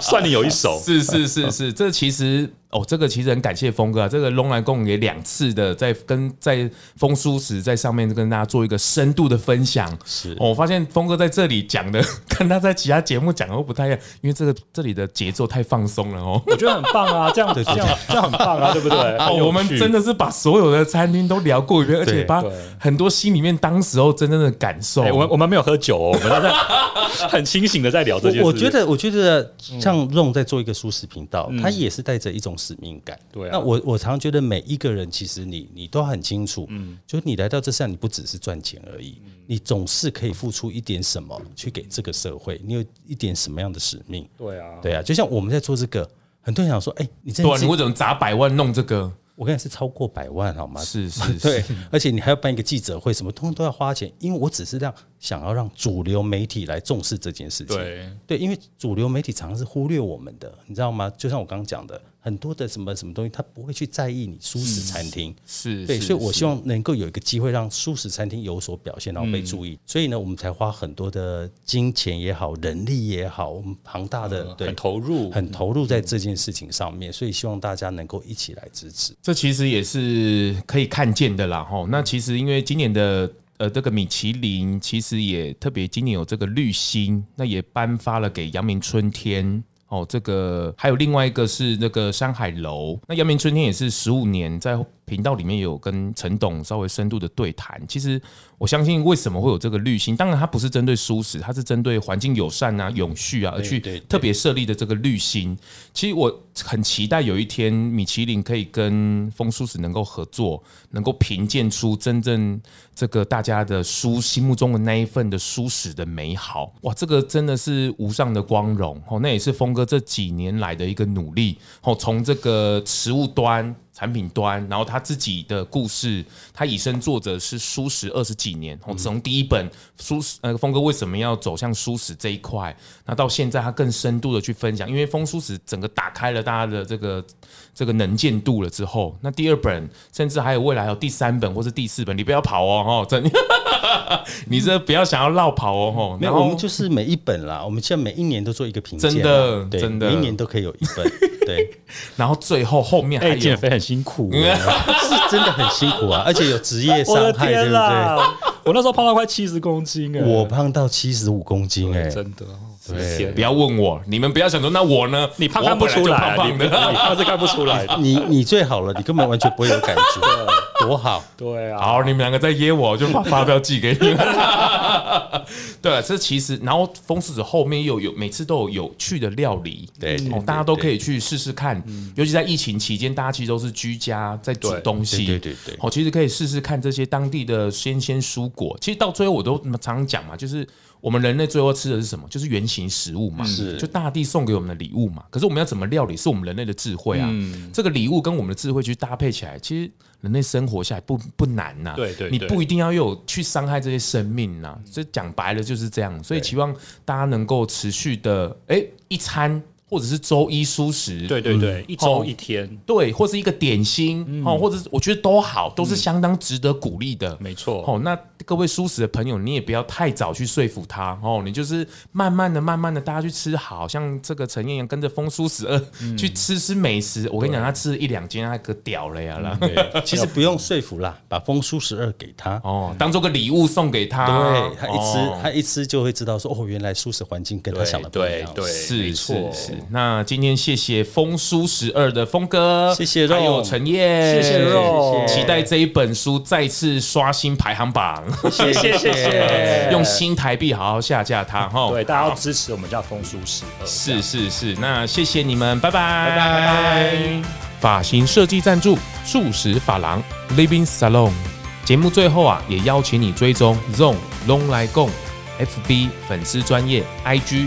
Speaker 2: 算你有一手。
Speaker 1: 是是是
Speaker 3: 嗯
Speaker 1: 是，这其实哦，这个其实很感谢峰哥啊，这个龙兰共也两次的在跟在风叔时在上面跟大家做一个深度的分享。
Speaker 3: 是
Speaker 1: 哦我发现峰哥在这里讲的， 跟他在其他节目讲的都不太一样，因为这个这里的节奏太放松了 哦。
Speaker 2: 我觉得很棒啊，这样这样这样很棒啊，对不对？很有
Speaker 1: 哦，我们
Speaker 2: 趣
Speaker 1: 真的是把所有的餐厅都聊过一遍，而且
Speaker 3: 对
Speaker 1: 把
Speaker 2: 对
Speaker 1: 很多心里面当时候真正的感受。
Speaker 2: 哎、我们我们没有喝酒哦，我们都在 很清醒的在聊这件事。嗯
Speaker 3: 我我觉得，我觉得像 Ron 在做一个舒适频道，他也是带着一种使命感。
Speaker 2: 对啊
Speaker 3: 那我我常觉得每一个人，其实你你都很清楚，嗯，就是你来到这世上，你不只是赚钱而已，
Speaker 2: 嗯
Speaker 3: 你总是可以付出一点什么去给这个社会，你有一点什么样的使命？
Speaker 2: 对啊，
Speaker 3: 对啊，就像我们在做这个，很多人想说，哎，你真
Speaker 1: 对啊
Speaker 3: 的，是
Speaker 1: 你，为什么砸百万弄这个？
Speaker 3: 我跟你是超过百万好吗？
Speaker 1: 是是是，
Speaker 3: 对，而且你还要办一个记者会，什么通通都要花钱，因为我只是让想要让主流媒体来重视这件事情。
Speaker 2: 对，
Speaker 3: 对，因为主流媒体常常是忽略我们的，你知道吗？就像我刚刚讲的，很多的什么什么东西，他不会去在意你舒适餐厅。
Speaker 1: 是，
Speaker 3: 对，
Speaker 1: 是
Speaker 3: 所以我
Speaker 1: 是
Speaker 3: 希望能够有一个机会让舒适餐厅有所表现，然后
Speaker 1: 嗯
Speaker 3: 被注意。所以呢，我们才花很多的金钱也好，人力也好，我们庞大的、
Speaker 1: 嗯
Speaker 3: 对
Speaker 2: 很投入，
Speaker 3: 很投入在这件事情上面，所以希望大家能够一起来支持。
Speaker 1: 这其实也是可以看见的啦，吼。那其实因为今年的呃这个米其林，其实也特别今年有这个绿星，那也颁发了给阳明春天。哦，这个还有另外一个是那个山海楼，那阳明春天也是十五年在频道里面有跟陈董稍微深度的对谈。其实我相信为什么会有这个绿星，当然它不是针对舒适，它是针对环境友善啊、永续啊而去
Speaker 3: 对对
Speaker 1: 特别设立的这个绿星。其实我很期待有一天米其林可以跟风舒适能够合作，能够评鉴出真正这个大家的舒心目中的那一份的舒适的美好。哇，这个真的是无上的光荣哦！那也是峰哥这几年来的一个努力哦，从这个食物端。产品端，然后他自己的故事，他以身作则是舒适二十几年，哦，从第一本舒适呃峰哥为什么要走向舒适这一块，那到现在他更深度的去分享，因为风舒适整个打开了大家的这个这个能见度了之后，那第二本甚至还有未来还有第三本或是第四本，你不要跑哦，哦，真，你这不要想要绕跑哦，吼，
Speaker 3: 嗯没
Speaker 1: 然
Speaker 3: 有，
Speaker 1: 后
Speaker 3: 我们就是每一本啦，我们现在每一年都做一个评价啦，
Speaker 1: 真的
Speaker 3: 对，
Speaker 1: 真的
Speaker 3: 每一年都可以有一本，对，
Speaker 1: 然后最后后面还
Speaker 2: 哎、
Speaker 1: 有
Speaker 2: 减肥很辛苦、
Speaker 3: 哎是真的很辛苦啊，而且有职 业
Speaker 2: 我的
Speaker 3: 伤害，对
Speaker 2: 天
Speaker 3: 不对？
Speaker 2: 啦！我那时候胖到快七十公斤哎、
Speaker 3: 我胖到七十五公斤哎、
Speaker 2: 真的，哦
Speaker 3: 对
Speaker 2: 天
Speaker 1: 不要问我，你们不要想说那我呢？
Speaker 2: 你胖
Speaker 1: 我
Speaker 2: 看不
Speaker 1: 本来
Speaker 2: 出
Speaker 1: 就
Speaker 2: 来、
Speaker 1: 胖
Speaker 2: 啊，你
Speaker 1: 胖
Speaker 2: 你
Speaker 1: 的。
Speaker 2: 胖是看不出来的。
Speaker 3: 你你最好了，你根本完全不会有感觉，多好！
Speaker 2: 对 啊，
Speaker 1: 好，你们两个再噎我，就把发票寄给你们。 对，这其实，然后风狮子后面又有每次都有有趣的料理，
Speaker 3: 对对
Speaker 1: 哦
Speaker 3: 对，
Speaker 1: 大家都可
Speaker 3: 对嗯
Speaker 1: 以去试试看。尤其在疫情期间，大家其实都是居家在煮
Speaker 2: 对
Speaker 1: 东西，
Speaker 3: 对对对对
Speaker 1: 哦，其实可以试试看这些当地的鲜鲜蔬果。其实到最后我都常常讲嘛，就是我们人类最后吃的是什么？就是原型食物嘛，
Speaker 3: 是
Speaker 1: 就大地送给我们的礼物嘛。可是我们要怎么料理，是我们人类的智慧啊。
Speaker 2: 嗯
Speaker 1: 这个礼物跟我们的智慧去搭配起来，其实人类生活下来不不难呐、
Speaker 2: 对对
Speaker 1: 你
Speaker 2: 对
Speaker 1: 不一定要有去伤害这些生命呐、这讲白了就是这样，所以期望大家能够持续的，哎，一餐或者是周一蔬食，
Speaker 2: 对对对，一周
Speaker 1: 哦
Speaker 2: 一天，
Speaker 1: 对，或是一个点心、
Speaker 2: 嗯
Speaker 1: 哦，或者是我觉得都好，都是相当值得鼓励的。
Speaker 2: 没错。
Speaker 1: 哦，那各位素食的朋友，你也不要太早去说服他哦，你就是慢慢的、慢慢的，大家去吃好，像这个陈燕燕跟着风叔十二、
Speaker 2: 嗯
Speaker 1: 去吃吃美食。我跟你讲，他吃了一两间，他可屌了呀
Speaker 2: 嗯
Speaker 1: 啦！
Speaker 3: 其实不用说服啦，把风叔十二给他，
Speaker 1: 哦，当做个礼物送给他，
Speaker 3: 对他一吃、
Speaker 1: 哦
Speaker 3: 他一吃就会知道说哦，原来舒适环境跟他想的不一
Speaker 2: 对
Speaker 3: 样。
Speaker 2: 对，没
Speaker 1: 是
Speaker 2: 错
Speaker 1: 是是，那今天谢谢风叔十二的峰哥，
Speaker 3: 谢谢肉
Speaker 1: 还有陈燕，
Speaker 2: 谢谢肉
Speaker 1: 期待这一本书再次刷新排行榜，
Speaker 2: 谢谢谢谢，
Speaker 1: 用新台币好好下架它哈。
Speaker 2: 对大家要支持我们家风叔十二，
Speaker 1: 是是是，那谢谢你们，拜拜拜拜。发型设计赞助素食发廊 Living Salon。节目最后啊，也邀请你追踪 Zone Long 来共 FB 粉丝专业 IG，